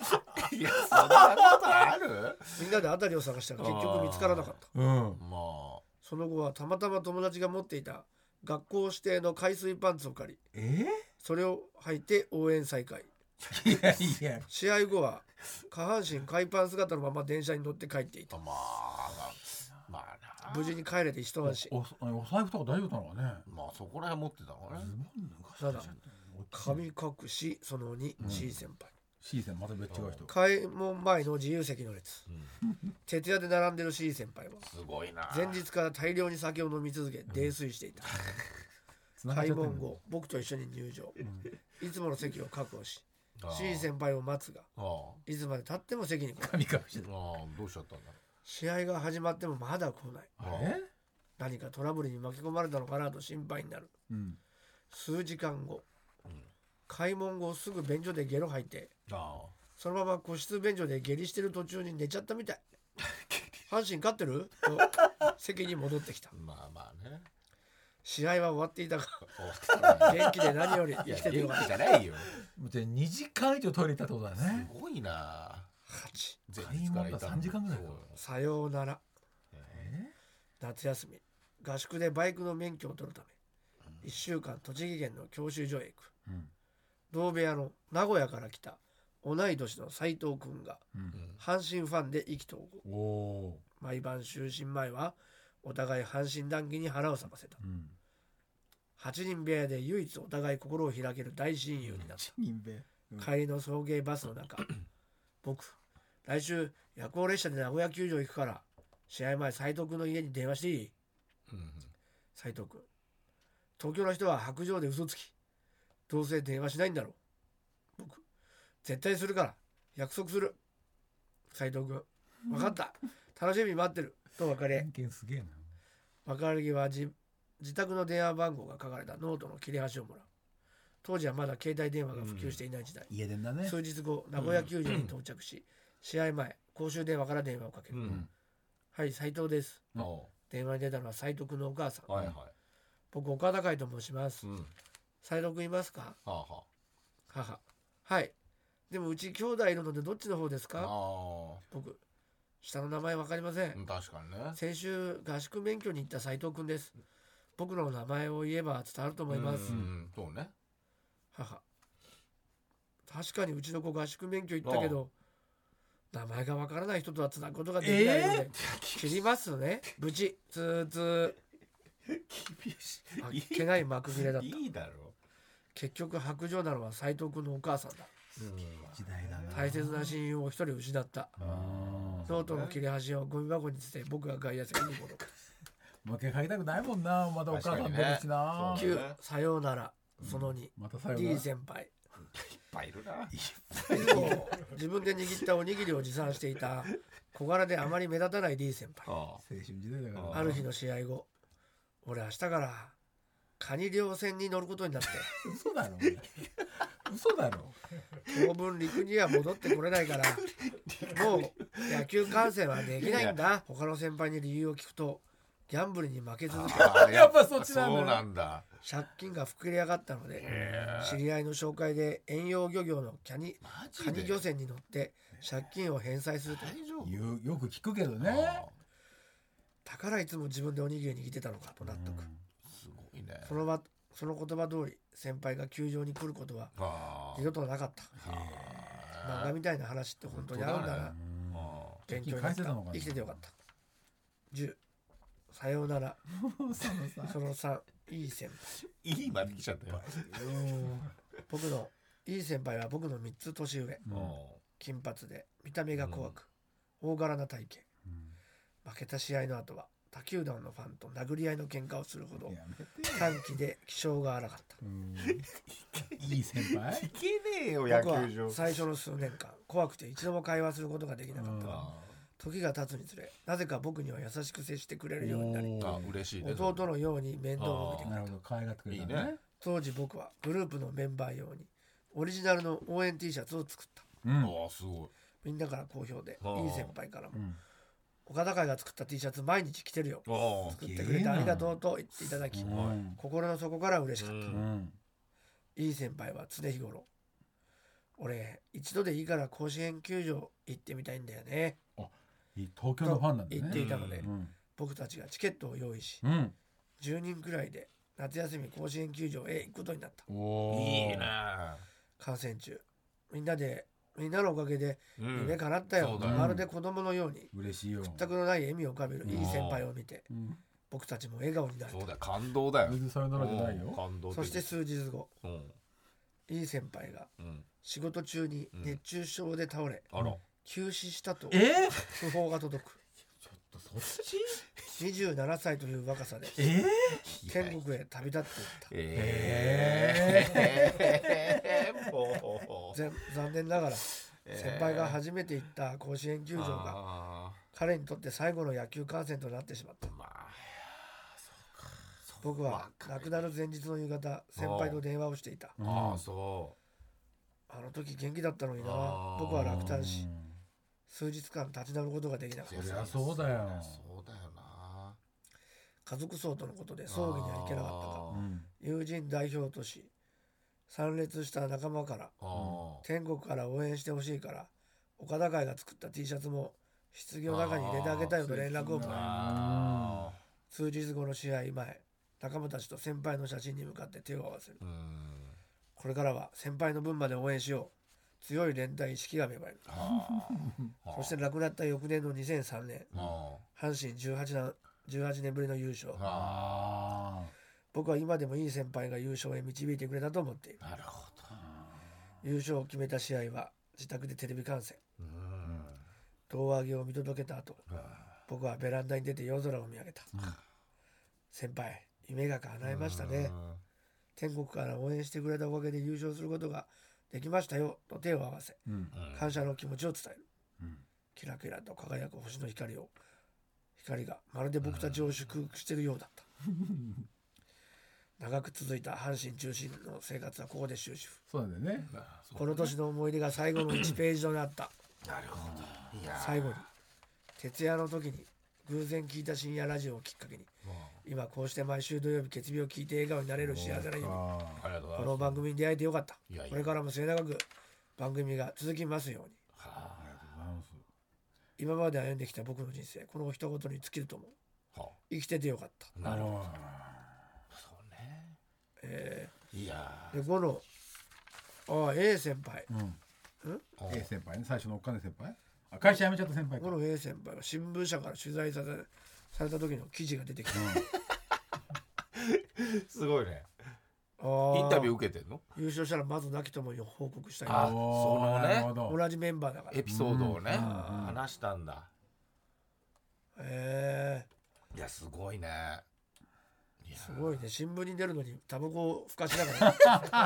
Speaker 1: と
Speaker 2: ういやそんなことある
Speaker 1: みんなで辺りを探したが結局見つからなかった
Speaker 5: うん
Speaker 2: まあ
Speaker 1: その後はたまたま友達が持っていた学校指定の海水パンツを借り
Speaker 5: え
Speaker 1: それを履いて応援再開
Speaker 5: いやいや
Speaker 1: 試合後は下半身海パン姿のまま電車に乗って帰っていた
Speaker 2: まあまあな
Speaker 1: 無事に帰れて一安心
Speaker 3: おおお財布とか大丈夫なのかね
Speaker 2: まあそこら辺持ってたのかね
Speaker 5: ズボン脱がしちゃった
Speaker 1: 神隠しその 2C 先輩
Speaker 3: C さんまた別違う人
Speaker 1: 開門前の自由席の列
Speaker 2: ん
Speaker 1: 徹夜で並んでる C 先輩は
Speaker 2: すごいな
Speaker 1: 前日から大量に酒を飲み続け泥酔していた
Speaker 5: 繋がっ
Speaker 1: 開
Speaker 5: ちゃってん
Speaker 1: 門
Speaker 5: の
Speaker 1: 後僕と一緒に入場いつもの席を確保し
Speaker 2: ああ
Speaker 1: C 先輩を待つが
Speaker 2: ああ
Speaker 1: いつまでたっても席に来ない
Speaker 5: 神隠し
Speaker 2: ああどうしちゃったんだ
Speaker 1: 試合が始まってもまだ来ない
Speaker 5: あれ
Speaker 1: 何かトラブルに巻き込まれたのかなと心配になる
Speaker 3: うん
Speaker 1: 数時間後、開門後すぐ便所でゲロ吐いて
Speaker 5: あ
Speaker 1: そのまま個室便所で下痢してる途中に寝ちゃったみ たい阪神勝ってると席に戻ってきた
Speaker 2: まあ まあね。
Speaker 1: 試合は終わってい たが
Speaker 2: 終わったな
Speaker 1: 元気で何より
Speaker 2: い
Speaker 1: 生
Speaker 2: や、
Speaker 1: きててよか
Speaker 2: 元
Speaker 1: っ
Speaker 2: 気じ
Speaker 1: た
Speaker 2: ゃないよ。
Speaker 5: じゃあ2時間以上トイレ行ったってことだね
Speaker 2: すごいな。
Speaker 1: 八
Speaker 2: 前
Speaker 5: 買い物が
Speaker 2: いた
Speaker 5: 3時間ぐらいか
Speaker 2: そう
Speaker 1: さようなら
Speaker 5: え
Speaker 1: 夏休み合宿でバイクの免許を取るため1週間栃木県の教習所へ行く
Speaker 3: うん
Speaker 1: 同部屋の名古屋から来た同い年の斉藤君が
Speaker 3: うん
Speaker 1: 阪神ファンで意気投合
Speaker 3: おお
Speaker 1: 毎晩就寝前はお互い阪神談義に腹を覚ませた
Speaker 3: ー、うん、
Speaker 1: 8人部屋で唯一お互い心を開ける大親友になっ
Speaker 5: 1人で
Speaker 1: た帰りの送迎バスの中僕来週夜行列車で名古屋球場行くから試合前斉藤君の家に電話していい
Speaker 2: うん
Speaker 1: 斉藤君東京の人は白状で嘘つきどうせ電話しないんだろう僕絶対するから約束する斉藤君分かった楽しみに待ってると別れ
Speaker 5: 偏見すげえな
Speaker 1: 別れ際じ自宅の電話番号が書かれたノートの切れ端をもらう当時はまだ携帯電話が普及していない時代、
Speaker 5: 家電だね
Speaker 1: 数日後名古屋球場に到着し、試合前公衆電話から電話をかけ
Speaker 2: う
Speaker 1: る、
Speaker 2: ん。
Speaker 1: はい斉藤です
Speaker 2: うん。お
Speaker 1: 電話に出たのは斉藤君のお母さん、
Speaker 2: うはいはい。
Speaker 1: 僕岡田海と申します、
Speaker 2: うん。は
Speaker 1: 斉藤君いますか
Speaker 2: あは
Speaker 1: 母はいでもうち兄弟いるのでどっちの方です
Speaker 2: あ。あ
Speaker 1: か僕下の名前わかりませ
Speaker 2: あ。うんん確かにね。
Speaker 1: 先週合宿免許に行った斉藤君です僕の名前を言えば伝わると思います
Speaker 2: うん。そうね。
Speaker 1: 母確かにうちの子合宿免許行ったけど名前がわからない人とはつなぐことができないので、切りますね無事つーつー
Speaker 2: 厳し
Speaker 1: あっ
Speaker 2: い。
Speaker 1: けない幕切れだった
Speaker 2: いいだろ
Speaker 1: 結局白状なのは斉藤君のお母さんだ
Speaker 2: う。うん。
Speaker 5: 時代だな
Speaker 1: 大切な親友を一人失った
Speaker 3: あ
Speaker 1: ノートの切れ端をゴミ箱に捨て僕が外野席に戻る
Speaker 5: もう一回買いたくないもんなまだお母さん出るしな
Speaker 2: 確かにねそう
Speaker 1: 9さようならその2、
Speaker 3: また最後
Speaker 1: D 先輩
Speaker 2: いっぱいいるな。
Speaker 1: いつも自分で握ったおにぎりを持参していた小柄であまり目立たない D 先輩
Speaker 2: あ
Speaker 5: 青春時代だから
Speaker 2: あ
Speaker 1: ある日の試合後俺明日からカニ漁船に乗ることになって
Speaker 5: 嘘だろお前嘘だろ
Speaker 1: 当分陸には戻ってこれないからもう野球観戦はできないんだ他の先輩に理由を聞くとギャンブルに負け続け
Speaker 2: あ。
Speaker 5: やっぱそっちなんだ
Speaker 2: そうなんだ。
Speaker 1: 借金が膨れ上がったので知り合いの紹介で遠洋漁業のキャニ
Speaker 2: マジ
Speaker 1: カ
Speaker 2: で
Speaker 1: ニ漁船に乗って借金を返済すると
Speaker 2: 大丈夫
Speaker 5: 言うよく聞くけどね
Speaker 2: あ
Speaker 1: だからいつも自分でおにぎり握ってたのかと納得
Speaker 2: ーすごいね。
Speaker 1: その場その言葉通り先輩が球場に来ることは
Speaker 2: あ
Speaker 1: 二度となかった漫画みたいな話って本当にあるんだな
Speaker 2: 本あ。あ
Speaker 1: 勉強にな
Speaker 5: 返
Speaker 1: っ
Speaker 5: せ
Speaker 1: た
Speaker 5: たのかな
Speaker 1: 生きててよかった10さようなら
Speaker 5: そのさ
Speaker 1: その3いい先
Speaker 2: ーいいまで来ちゃったよ。
Speaker 1: 輩僕のいい先輩は僕の3つ年上
Speaker 2: うん
Speaker 1: 金髪で見た目が怖く、大柄な体型、負けた試合の後は他球団のファンと殴り合いの喧嘩をするほど
Speaker 5: やめて
Speaker 1: 短気で気性が荒かった
Speaker 5: いい先輩
Speaker 2: いけねえよ、野
Speaker 1: 僕
Speaker 2: 球場
Speaker 1: は。最初の数年間怖くて一度も会話することができなかった、
Speaker 2: あ
Speaker 1: 時が経つにつれなぜか僕には優しく接してくれるようになり
Speaker 5: お
Speaker 2: ーあ
Speaker 5: ー、
Speaker 2: 嬉しいね。
Speaker 1: 弟のように面倒を見てくれ
Speaker 5: な
Speaker 1: た
Speaker 5: るほど可愛がってくれたの
Speaker 2: いいね
Speaker 5: ね
Speaker 1: 当時僕はグループのメンバー用にオリジナルの応援 T シャツを作った
Speaker 2: うん。ああ、すごい。
Speaker 1: みんなから好評で
Speaker 2: あー
Speaker 1: いい先輩からも、
Speaker 5: ん
Speaker 1: 岡田会が作った T シャツ毎日着てるよ
Speaker 2: ああ。
Speaker 1: 作ってくれてありがとうと言っていただき
Speaker 5: うん
Speaker 1: 心の底から嬉しかった、
Speaker 2: うん
Speaker 5: うん
Speaker 1: いい先輩は常日頃俺一度でいいから甲子園球場行ってみたいんだよね
Speaker 5: いい東京のファンなんだ
Speaker 1: 言ってい
Speaker 5: ね
Speaker 1: たので、
Speaker 5: うん
Speaker 1: 僕たちがチケットを用意し、
Speaker 5: うん
Speaker 1: 10人くらいで夏休み甲子園球場へ行くことになった
Speaker 5: おー
Speaker 2: いいな。
Speaker 1: 観戦中みんなでみんなのおかげで
Speaker 2: う
Speaker 1: 夢
Speaker 2: ん。
Speaker 1: 叶ったよ,、
Speaker 2: そうだよ
Speaker 1: まるで子供のように
Speaker 5: 嬉しいよ
Speaker 1: 全くのない笑みを浮かべるいい先輩を見て
Speaker 5: うん
Speaker 1: 僕たちも笑顔になれ
Speaker 2: そう
Speaker 1: た
Speaker 2: だよ、感動だよ。
Speaker 5: 全然さよならじゃない
Speaker 2: うん
Speaker 5: よ
Speaker 2: 感動的
Speaker 1: そして数日後
Speaker 2: うん。
Speaker 1: いい先輩が
Speaker 2: うん。
Speaker 1: 仕事中に熱中症で倒れ、
Speaker 2: あら。
Speaker 1: 急死したと
Speaker 5: え
Speaker 1: 訃報が届く
Speaker 5: そっち
Speaker 1: 27歳という若さで
Speaker 5: えー
Speaker 1: 天国へ旅立っていった
Speaker 2: ええ。 もう。
Speaker 1: ぜ残念ながら先輩が初めて行った甲子園球場が
Speaker 2: ああ。
Speaker 1: 彼にとって最後の野球観戦となってしまった
Speaker 2: まあ。そう
Speaker 1: 僕は亡くなる前日の夕方先輩と電話をしていた
Speaker 2: ああそ
Speaker 1: あの時元気だったのにな
Speaker 2: あー
Speaker 1: 僕は落胆し
Speaker 3: うん
Speaker 1: 数日間立ち直ることができなかっ
Speaker 2: う
Speaker 1: た
Speaker 3: りゃそうだよ
Speaker 2: そうだよな
Speaker 1: 家族葬とのことで葬儀には行けなかったが
Speaker 2: あ
Speaker 3: うん
Speaker 1: 友人代表とし参列した仲間から
Speaker 2: ああ
Speaker 1: 天国から応援してほしいから岡田会が作った T シャツも棺の中に入れてあげたよと連絡をもらい
Speaker 2: あ
Speaker 1: 数日後の試合前仲間たちと先輩の写真に向かって手を合わせる
Speaker 2: ーうん
Speaker 1: これからは先輩の分まで応援しよう強い連帯意識が芽生える
Speaker 2: あー
Speaker 1: そして亡くなった翌年の2003年
Speaker 2: あ
Speaker 1: 阪神18年 ,18 年ぶりの優勝
Speaker 2: ーあ
Speaker 1: 僕は今でもいい先輩が優勝へ導いてくれたと思っている
Speaker 2: ーなるほど
Speaker 1: 優勝を決めた試合は自宅でテレビ観戦
Speaker 2: うん
Speaker 1: 胴上げを見届けた後僕はベランダに出て夜空を見上げた、先輩夢が叶いましたね天国から応援してくれたおかげで優勝することができましたよと手を合わせ
Speaker 3: うん
Speaker 2: うん
Speaker 1: 感謝の気持ちを伝える、
Speaker 3: うん
Speaker 1: キラキラと輝く星の光を光がまるで僕たちを祝福しているようだった、長く続いた阪神中心の生活はここで終止符
Speaker 3: そうなんだよね
Speaker 1: この年の思い出が最後の1ページとなった
Speaker 2: なるほどいやー
Speaker 1: 最後に徹夜の時に偶然聞いた深夜ラジオをきっかけに今こうして毎週土曜日決日を聞いて笑顔になれる幸せな日々
Speaker 3: あ
Speaker 2: ありがとうご
Speaker 1: こ
Speaker 2: ざいま
Speaker 1: の番組に出会えてよかった
Speaker 2: いやいや
Speaker 1: これからも末永く番組が続きますように
Speaker 2: すは
Speaker 3: あありがとうございます
Speaker 1: 今まで歩んできた僕の人生この一言に尽きると思う
Speaker 2: あは
Speaker 1: 生きててよかった、
Speaker 2: あなるほど
Speaker 3: ど
Speaker 2: そうね
Speaker 1: え
Speaker 2: いや
Speaker 1: ー、で5のああ A 先輩
Speaker 3: うん
Speaker 2: ー
Speaker 3: A 先輩ね最初のお金先輩あ会社辞めちゃった先輩か
Speaker 1: 5の A 先輩は新聞社から取材されされた時の記事が出てきた
Speaker 2: すごいねイ
Speaker 1: イ
Speaker 2: ンタビュー受けてんの
Speaker 1: 優勝したらまず亡き友に報告したい
Speaker 2: あ
Speaker 3: お
Speaker 2: その
Speaker 3: ー
Speaker 2: ね
Speaker 3: なるほど
Speaker 1: 同じメンバーだから
Speaker 2: エピソードをね
Speaker 3: うん
Speaker 2: 話したんだ
Speaker 1: え
Speaker 2: いやすごいねいや
Speaker 1: ー、すごいね新聞に出るのにタバコをふかしな が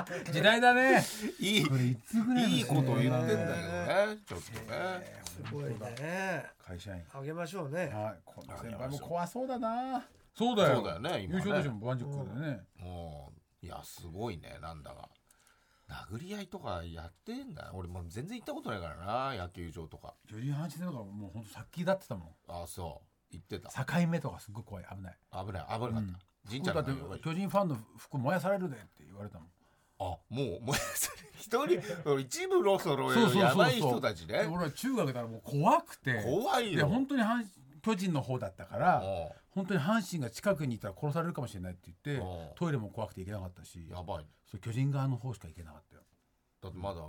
Speaker 1: ら
Speaker 3: 時代だね
Speaker 2: いい
Speaker 3: これいつぐらいの
Speaker 2: いいこと言ってんだけどねちょっとね
Speaker 3: えー
Speaker 1: すごいね
Speaker 3: 会社員
Speaker 1: あげましょうね
Speaker 3: はいこの先輩も怖そうだなそうだよ
Speaker 2: そうだよね
Speaker 3: 優
Speaker 2: 今
Speaker 3: 勝年
Speaker 2: ね
Speaker 3: もバンジョックだよね
Speaker 2: もういやすごいねなんだか殴り合いとかやってんだ俺もう全然行ったことないからな野球場とか
Speaker 3: 女流阪神戦とかもうほんと先だってたもん
Speaker 2: あそう行ってた
Speaker 3: 境目とかすっごい怖い危ない
Speaker 2: 危ない危なかった、
Speaker 3: うん
Speaker 2: 神社の
Speaker 3: だって
Speaker 2: 中に置いて
Speaker 3: 巨人ファンの服燃やされるでって言われたもん
Speaker 2: あもうもうそれ一人一部のそ
Speaker 3: そうそうそう
Speaker 2: の
Speaker 3: そう
Speaker 2: やばい人たち
Speaker 3: で
Speaker 2: ね
Speaker 3: 俺は中学だからもう怖くて
Speaker 2: 怖い
Speaker 3: で
Speaker 2: よ
Speaker 3: 本当に阪神巨人の方だったから
Speaker 2: も
Speaker 3: 本当に阪神が近くにいたら殺されるかもしれないって言って
Speaker 2: うん
Speaker 3: トイレも怖くて行けなかったし
Speaker 2: うやばいね
Speaker 3: そう巨人側の方しか行けなかったよ
Speaker 2: だってまだ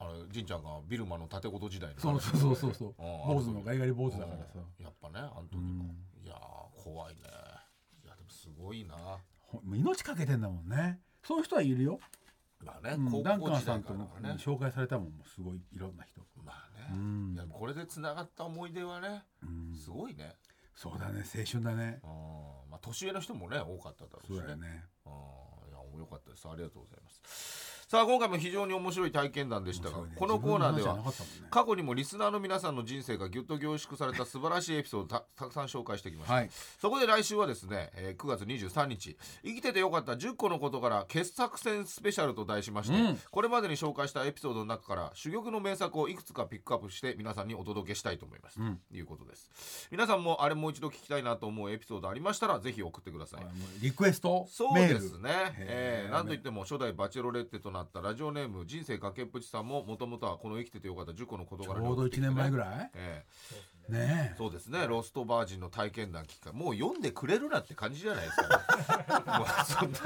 Speaker 2: あの神ちゃんがビルマの建て事時代の
Speaker 3: そうそうそうそうそう
Speaker 2: うん
Speaker 3: 坊主のガリガリ坊主だからさ
Speaker 2: うんやっぱねあの時も、いやー怖いねいやでもすごいな
Speaker 3: ほんもう命かけてんだもんねそういう人はいるよ、
Speaker 2: まあね、
Speaker 3: うん、ダン
Speaker 2: 高校
Speaker 3: カン
Speaker 2: 時
Speaker 3: さ
Speaker 2: 代
Speaker 3: ん
Speaker 2: か
Speaker 3: と
Speaker 2: ら
Speaker 3: の
Speaker 2: ね
Speaker 3: 紹介されたもんもうすごいいろんな人、
Speaker 2: まあ
Speaker 3: う
Speaker 2: ね、
Speaker 3: ん
Speaker 2: いやこれでつながった思い出はね
Speaker 3: うん、
Speaker 2: すごいね、
Speaker 3: そうだね青春だね
Speaker 2: うんまあ、年上の人もね多かっただろう
Speaker 3: そう
Speaker 2: し
Speaker 3: だ
Speaker 2: ね
Speaker 3: よね
Speaker 2: ああ、いや、良かったです。ありがとうございます。さあ、今回も非常に面白い体験談でしたが、
Speaker 3: 面白いね
Speaker 2: このコーナーで
Speaker 3: 自分の
Speaker 2: は。
Speaker 3: 話じゃなかったもんね
Speaker 2: 過去にもリスナーの皆さんの人生がぎゅっと凝縮された素晴らしいエピソードをたたくさん紹介してきました、
Speaker 3: はい
Speaker 2: そこで来週はですね、えー9月23日生きててよかった10個のことから傑作選スペシャルと題しまして、
Speaker 3: うん
Speaker 2: これまでに紹介したエピソードの中から珠玉の名作をいくつかピックアップして皆さんにお届けしたいと思います、
Speaker 3: うん
Speaker 2: ということです皆さんもあれもう一度聞きたいなと思うエピソードありましたらぜひ送ってください
Speaker 3: あのリクエスト
Speaker 2: そう
Speaker 3: メール
Speaker 2: ですね。え
Speaker 3: へ
Speaker 2: ー、
Speaker 3: ー
Speaker 2: なんといっても初代バチェロレッテとなったラジオネーム人生崖っぷちさんももともとはこの生きててよかった10個のこと
Speaker 3: ち
Speaker 2: から
Speaker 3: ょうど1年前ぐ
Speaker 2: らい。
Speaker 3: ら
Speaker 2: え
Speaker 3: いね
Speaker 2: ーそうですね。ロストバージンの体験談聞かもう読んでくれるなって感じじゃないです か。もうそんな、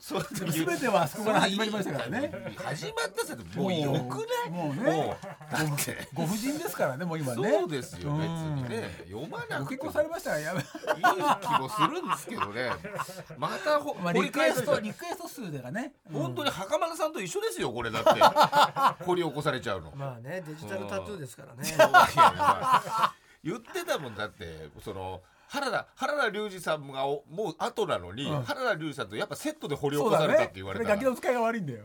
Speaker 2: そ
Speaker 3: え
Speaker 2: んな
Speaker 3: 全てはあそこから始まりましたからね。
Speaker 2: 始まったせでもうよくない
Speaker 3: もうね
Speaker 2: もうだって、
Speaker 3: ご婦人ですからねもう今ね
Speaker 2: そうですよ、
Speaker 3: うん
Speaker 2: 別にね。読まな
Speaker 3: ご
Speaker 2: くて
Speaker 3: 結
Speaker 2: も
Speaker 3: 婚されましたらやめ
Speaker 2: いい気もするんですけどね。またほ、
Speaker 3: まあ
Speaker 2: 掘
Speaker 3: リ
Speaker 2: り
Speaker 3: ク
Speaker 2: 返
Speaker 3: エ
Speaker 2: す
Speaker 3: ス
Speaker 2: と
Speaker 3: トリクエスト数でがね
Speaker 2: 本当に袴田さんと一緒ですよこれだって掘り起こされちゃうの。
Speaker 1: まあねデジタルタトゥーですからね
Speaker 2: いやいやまあ言ってたもんだってその原田原田龍二さんがおもう後なのに、
Speaker 5: うん
Speaker 2: 原田龍二さんとやっぱセットで掘り起
Speaker 5: そう
Speaker 2: こさ
Speaker 5: だ
Speaker 2: れたっ
Speaker 5: ね
Speaker 2: て言わ
Speaker 5: こ
Speaker 2: れ
Speaker 5: れ
Speaker 2: た
Speaker 5: ガキ
Speaker 2: ら
Speaker 5: の使いが悪いんだよ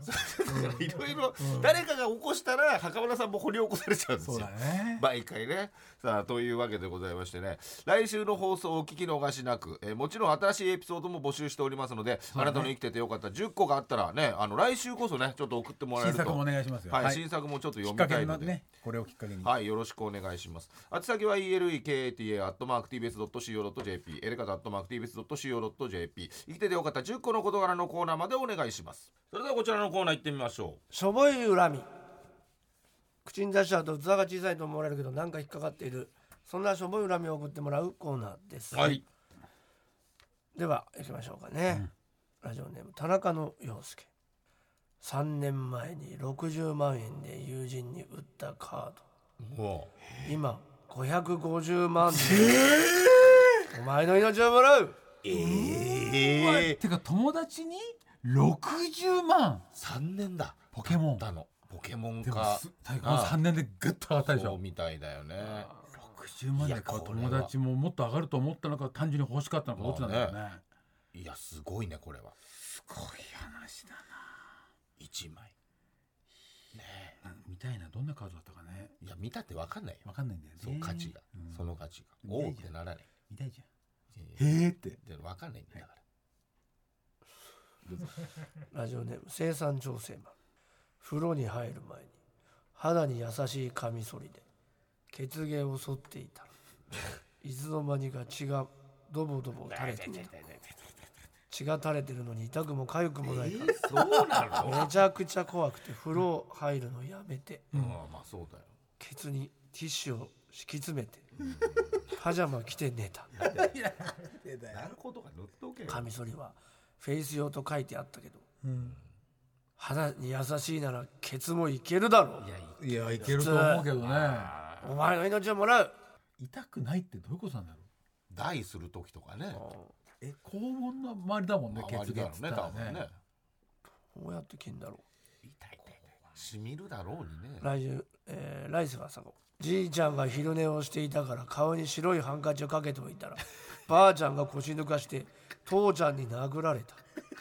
Speaker 2: いろいろ誰かが起こしたら袴田さんも掘り起こされちゃうんです
Speaker 5: そう
Speaker 2: よ
Speaker 5: だ。ね
Speaker 2: 毎回ね。さあ、というわけでございましてね、来週の放送をお聞き逃しなく、えーもちろん新しいエピソードも募集しておりますので、あなたの生きててよかった10個があったらね、あの、来週こそね、ちょっと送ってもらえ
Speaker 3: 新
Speaker 2: ると。
Speaker 3: 作もお願いしますよ。
Speaker 2: はい、
Speaker 3: はい
Speaker 2: 新作もちょっと
Speaker 3: き
Speaker 2: 読
Speaker 3: っ
Speaker 2: み
Speaker 3: か
Speaker 2: た
Speaker 3: け
Speaker 2: いの
Speaker 3: の
Speaker 2: で。
Speaker 3: ね、これをきっかけに。
Speaker 2: はい、よろしくお願いします。宛先は eleka.tbs.co.jp、エレカ .tbs.co.jp、生きててよかった10個の事柄のコーナーまでお願いします。それではこちらのコーナー行ってみましょう。
Speaker 1: しょぼい恨み口に出しちゃうと器が小さいと思われるけどなんか引っかかっているそんなしょぼい恨みを送ってもらうコーナーです、
Speaker 2: はい、
Speaker 1: では行きましょうかね、ラジオネーム田中の陽介3年前に60万円で友人に売ったカード
Speaker 2: も
Speaker 1: 今550万で、お前の命をもらう
Speaker 2: う。ええ
Speaker 3: てか友達に60万
Speaker 2: 3年だ。
Speaker 3: ポケモン。
Speaker 2: だのポケモン
Speaker 3: でも
Speaker 2: か
Speaker 3: す大この3年でぐっと上がったでし
Speaker 2: そう
Speaker 3: ょ。
Speaker 2: みたいだよね
Speaker 3: 60万で買う
Speaker 2: いやこれは
Speaker 3: 友達ももっと上がると思ったのか単純に欲しかったのかどっちなんだろうね。
Speaker 2: いやすごいねこれは
Speaker 3: すごい話だ
Speaker 2: 1枚
Speaker 3: な。みたいなどんなカードだったかね。
Speaker 2: いや見たって分かんないよ
Speaker 3: わかんないんだよね。
Speaker 2: そう価値が、
Speaker 3: うん
Speaker 2: その価値が
Speaker 3: 見た
Speaker 2: おうっ
Speaker 3: いじゃん
Speaker 2: てならない
Speaker 3: 見たいじゃ
Speaker 2: え
Speaker 3: ん。へえって。
Speaker 2: で分かんないんだから、
Speaker 1: ラジオネーム生産調整マン風呂に入る前に肌に優しいカミソリで血芸を剃っていたらいつの間にか血がドボドボ垂れていた血が垂れてるのに痛くも痒くもないから、
Speaker 2: そうなの、
Speaker 1: めちゃくちゃ怖くて風呂入るのやめて
Speaker 2: うん、まあそうだよ
Speaker 1: ケツにティッシュを敷き詰めてパジャマ着て寝た
Speaker 2: なるほどか塗っておけよ
Speaker 1: カミソリはフェイス用と書いてあったけど、肌に優しいならケツもいけるだろう
Speaker 3: いやいけると思うけどね。
Speaker 1: お前の命をもらう
Speaker 3: 痛くないってどういうことなんだろう。
Speaker 2: 大する時とかね
Speaker 3: え肛門の周りだもんね。
Speaker 2: 周
Speaker 3: 血
Speaker 2: り
Speaker 3: 液
Speaker 2: だ
Speaker 3: っ
Speaker 2: ろ
Speaker 3: つ
Speaker 2: う
Speaker 3: っ
Speaker 2: ね
Speaker 3: た
Speaker 2: 多
Speaker 3: ら
Speaker 2: 分ね
Speaker 3: ね。
Speaker 1: どうやって切んだろ
Speaker 2: 痛い痛い痛いしみるだろうにね
Speaker 1: う来週、えー来世はさこじいちゃんが昼寝をしていたから顔に白いハンカチをかけておいたら ばあちゃんが腰抜かして父ちゃんに殴られた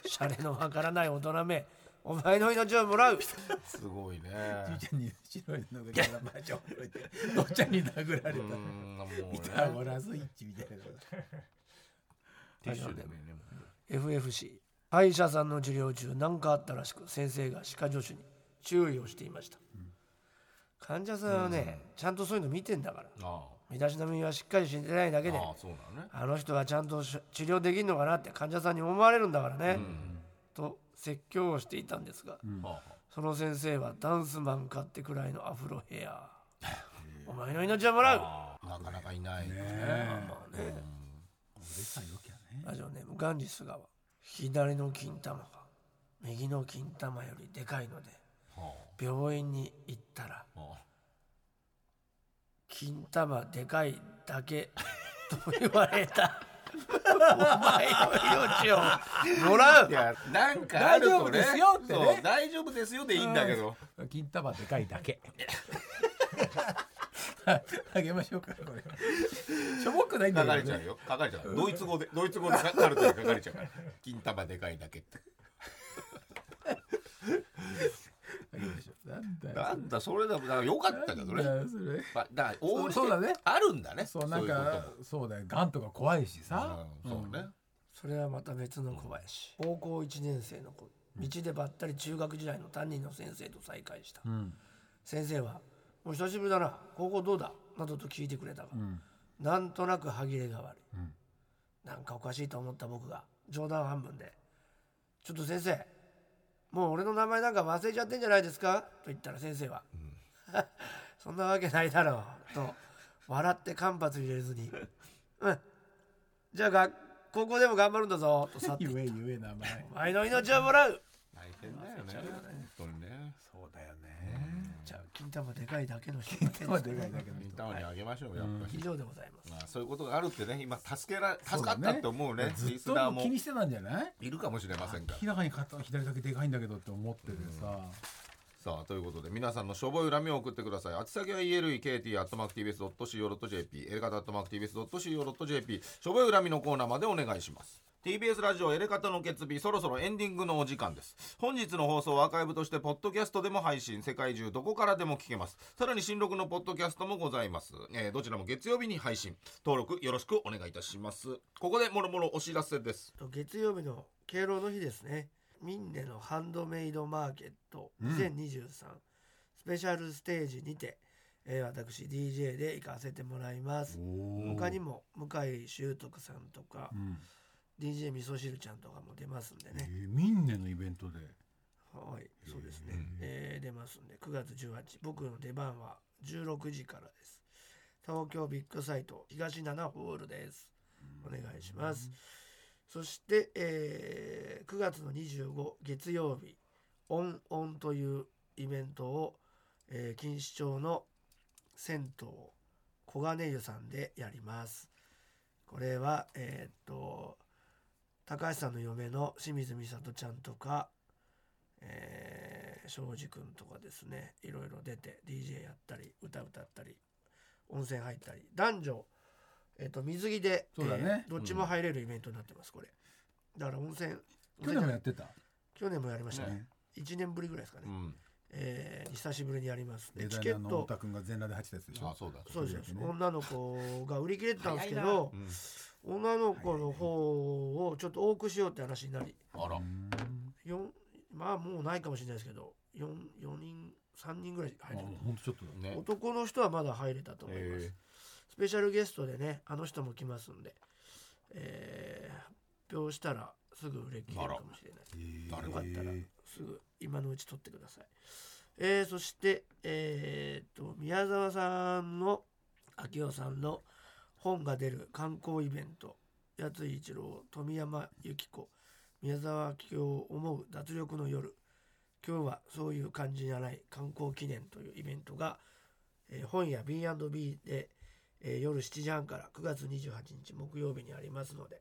Speaker 1: シャレのわからない大人めお前の命をもらう
Speaker 2: すごいね
Speaker 3: じいちゃんに白いのでからバージョン置いて、どっちゃんに殴られ
Speaker 2: うーんもうね
Speaker 3: た。タゴラスイッチみたいな。
Speaker 2: ティッシュでもいいね
Speaker 1: FFC 歯医者さんの治療中何かあったらしく先生が歯科助手に注意をしていました、患者さんはね、ちゃんとそういうの見てんだから
Speaker 2: あ
Speaker 1: 身だしなみはしっかりしてないだけ
Speaker 2: あ
Speaker 1: で
Speaker 2: ああそうなのね
Speaker 1: あの人はちゃんとし治療できるのかなって患者さんに思われるんだからね、と説教をしていたんですが、
Speaker 2: ああ
Speaker 1: その先生はダンスマンかってくらいのアフロヘアお前の命はもらう
Speaker 2: なかなかいない、
Speaker 1: まあね
Speaker 3: うるさいわけやね。
Speaker 1: ラジオネームガンジス川左の金玉が右の金玉よりでかいので
Speaker 2: は
Speaker 1: 病院に行ったら
Speaker 2: あはあ
Speaker 1: 金玉でかいだけと言われた お前の命をもらう
Speaker 2: いやなんかあると
Speaker 5: 大丈夫
Speaker 2: ね
Speaker 5: ですよってね
Speaker 2: そう大丈夫ですよでいいんだけど、
Speaker 3: 金玉でかいだけ。 あげましょうか、これ。しょぼくないんだ
Speaker 2: 書かれ
Speaker 3: け
Speaker 2: ち
Speaker 3: ど
Speaker 2: ゃう
Speaker 3: ね。
Speaker 2: よ書かれちゃうドイツ語でドイツ語でカルテに書かれち ゃうから金玉でかいだけって
Speaker 3: あげましょうなんだよ。
Speaker 2: なんだそれだだからよかったけどね
Speaker 3: なんだよそれ
Speaker 2: まあだから応援
Speaker 3: そうそうだね
Speaker 2: あるんだね
Speaker 3: そう、なん
Speaker 2: いうこと
Speaker 3: か、そうだよ。ガンとか怖いしさ。
Speaker 2: もうんそうね、
Speaker 1: それはまた別の小林高校1年生の子道でばったり中学時代の担任の先生と再会した、
Speaker 3: ん
Speaker 1: 先生は「もう久しぶりだな高校どうだ?」などと聞いてくれたが、なんとなく歯切れが悪い、なんかおかしいと思った僕が冗談半分で「ちょっと先生もう俺の名前なんか忘れちゃってんじゃないですか?」と言ったら先生は「 そんなわけないだろう」と笑って間髪入れずに「うんじゃあが高校でも頑張るんだぞ」と去って
Speaker 3: ゆえゆえ名前。
Speaker 1: 「お前の命をもらう
Speaker 2: 大変だよね本当にね
Speaker 3: そうだよね。」
Speaker 1: じゃあ金玉でかいだけの人が出てき
Speaker 3: まあ
Speaker 1: た
Speaker 3: でかいだけど。
Speaker 2: 金玉にあげましょうやっぱり、
Speaker 1: 以上でございます
Speaker 2: まあ、そういうことがあるってね今助けら助
Speaker 3: う
Speaker 2: か
Speaker 3: だね
Speaker 2: ったって思うね
Speaker 3: ず
Speaker 2: リ
Speaker 3: っ
Speaker 2: スナー
Speaker 3: と
Speaker 2: も
Speaker 3: 気にしてたんじゃない
Speaker 2: いるかもしれませんから
Speaker 3: 明らかに片左だけでかいんだけどって思っててさ、
Speaker 2: さあということで皆さんのしょぼい恨みを送ってください。あち先は elekt.tbs.co.jp エレカタ .tbs.co.jp しょぼい恨みのコーナーまでお願いします。TBS ラジオエレカタの決日そろそろエンディングのお時間です本日の放送はアーカイブとしてポッドキャストでも配信世界中どこからでも聞けますさらに新録のポッドキャストもございます、えーどちらも月曜日に配信登録よろしくお願いいたしますここでもろもろお知らせです
Speaker 1: と月曜日の敬老の日ですねミンネのハンドメイドマーケット2023、スペシャルステージにて、えー私 DJ で行かせてもらいます他にも向井修徳さんとか、
Speaker 3: うん、
Speaker 1: DJ みそ汁ちゃんとかも出ますんで
Speaker 3: え
Speaker 1: ね、
Speaker 3: ーミンネのイベントで
Speaker 1: はいそうですね、えー出ますんで9月18僕の出番は16時からです東京ビッグサイト東7ホールですお願いしますそして、えー9月の25月曜日オンオンというイベントを、えー錦糸町の銭湯小金湯さんでやりますこれはえーっと高橋さんの嫁の清水美里ちゃんとかえー庄司君とかですねいろいろ出て DJ やったり歌歌ったり温泉入ったり男女、えー、と水着で
Speaker 3: そうだね
Speaker 1: えーどっちも入れるイベントになってますこれだから温泉
Speaker 3: 去年もやってた、
Speaker 1: 去年もやりましたね
Speaker 3: ね
Speaker 1: 1年ぶりぐらいですかね、
Speaker 2: うん
Speaker 1: えー久しぶりにやりますで
Speaker 3: デ
Speaker 1: チ
Speaker 3: ザイ
Speaker 1: ケ
Speaker 3: ナー
Speaker 1: ッ
Speaker 3: の
Speaker 1: ト
Speaker 3: 太田君が全裸で入ってたやつでし
Speaker 2: あ
Speaker 3: ょ
Speaker 2: そうだ
Speaker 1: そうです
Speaker 3: 時々ね
Speaker 1: 女の子が売り切れてたんですけど
Speaker 2: うん
Speaker 1: 女の子の方をちょっと多くしようって話になり
Speaker 2: あら
Speaker 3: うん
Speaker 1: 四まあもうないかもしれないですけど 4, 四人3人ぐらい
Speaker 3: あ
Speaker 1: 入ってる
Speaker 3: ほんとちょっとだ
Speaker 2: ね
Speaker 1: 男の人はまだ入れたと思います、
Speaker 2: え
Speaker 1: スペシャルゲストでねあの人も来ますんで、えー発表したらすぐ売れ切れるかもしれない
Speaker 2: 誰
Speaker 1: よかったら
Speaker 3: えー
Speaker 1: すぐ今のうち撮ってください、えーそしてえーっと宮沢さんの明夫さんの本が出る観光イベント八津一郎富山由紀子宮沢明夫を思う脱力の夜今日はそういう感じじゃない観光記念というイベントが、えー本屋 B&B で、えー夜7時半から9月28日木曜日にありますので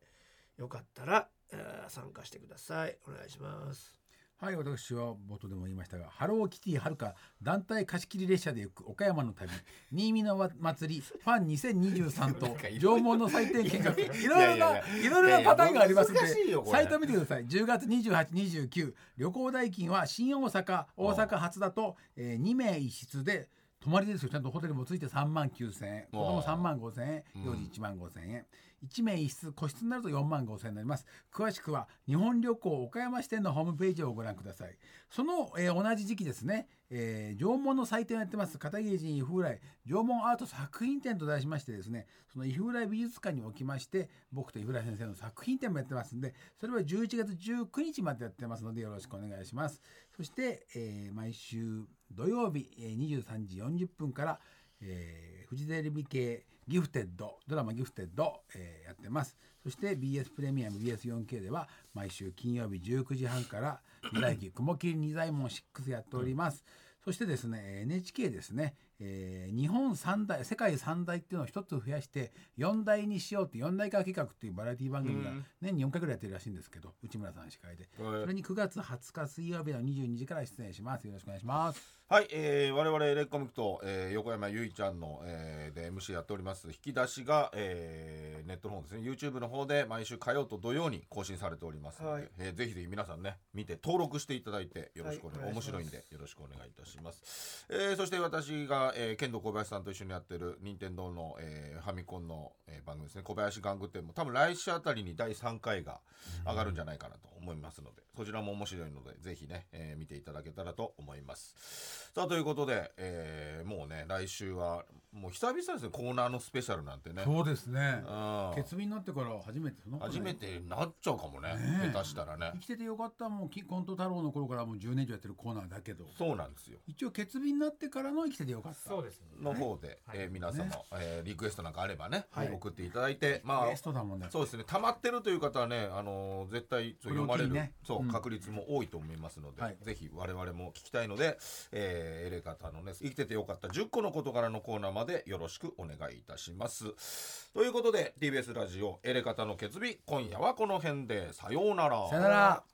Speaker 1: よかったら、えー参加してくださいお願いします
Speaker 3: はい私は冒頭でも言いましたがハローキティはるか団体貸し切り列車で行く岡山の 旅新見のわ祭りファン2023と縄文の祭典見学いろいろ
Speaker 2: いやい
Speaker 3: な
Speaker 2: やいや
Speaker 3: いろいろなパターンがありますんで
Speaker 2: いやいや難しいよこれ
Speaker 3: サイト見てください10月2829旅行代金は新大阪大阪発だと、え2名一室で泊まりですよちゃんとホテルもついて3万9000円子供3万5000円幼児1万5000円、1名1室個室になると4万5000円になります詳しくは日本旅行岡山支店のホームページをご覧くださいその、えー同じ時期ですね、えー縄文の祭典をやってます片桐寺伊風来縄文アート作品展と題しましてですねその伊風来美術館におきまして僕と伊風来先生の作品展もやってますんでそれは11月19日までやってますのでよろしくお願いしますそして、えー毎週土曜日、えー23時40分から、えーフジテレビ系ギフテッドドラマギフテッド、えーやってますそして BS プレミアム BS4K では毎週金曜日19時半から「未来駅雲霧仁左衛門6」やっております、そしてですね NHK ですね、えー日本三大世界三大っていうのを一つ増やして四大にしようって四大化計画っていうバラエティ番組が年に4回ぐらいやってるらしいんですけど内村さん司会で
Speaker 2: はい
Speaker 3: それに9月20日水曜日の22時から出演しますよろしくお願いします
Speaker 2: はい、えー、我々レッコミックと、えー、横山由依ちゃんの、えー、で MC やっております引き出しが、えー、ネットの方ですね YouTube の方で毎週火曜と土曜に更新されておりますので、
Speaker 1: はい
Speaker 2: えーぜひぜひ皆さんね見て登録していただいてよろしくお願い、
Speaker 1: はいお願いします
Speaker 2: 面白いんでよろしくお願いいたします、えー、そして私が、えー、剣道小林さんと一緒にやってる任天堂の、えー、ファミコンの、えー、番組ですね小林玩具店も多分来週あたりに第3回が上がるんじゃないかなと思いますので、そちらも面白いので、ぜひね、えー見ていただけたらと思います。さあ、ということで、えーもうね、来週は、もう久々ですね、コーナーのスペシャルなんてね。
Speaker 3: そうですね
Speaker 2: うん
Speaker 3: 決備になってから初めてその
Speaker 2: 初めてなっちゃうかもね、下手したらね
Speaker 3: 生。きててよかったもうきコント太郎の頃からもう10年以上やってるコーナーだけど
Speaker 2: そうなんですよ。
Speaker 3: 一応決備になってからの生きててよかった
Speaker 4: そうですね。
Speaker 2: の方で、
Speaker 4: はい
Speaker 2: えー皆様、えーリクエストなんかあればね、
Speaker 1: はい
Speaker 2: 送っていただいて、ま
Speaker 3: ベス
Speaker 2: あ、
Speaker 3: トだもんね
Speaker 2: そうですね、溜まってるという方はね、あのー絶対そう読まれる、
Speaker 3: これを機にね
Speaker 2: そう、
Speaker 3: うん
Speaker 2: 確率も多いと思いますので、
Speaker 3: はい
Speaker 2: ぜひ我々も聞きたいので、えーエレカタのね、生きててよかった10個の事柄のコーナーまでよろしくお願いいたします。ということで、TBS ラジオ、エレカタの決日、今夜はこの辺で、さようなら。
Speaker 3: さよなら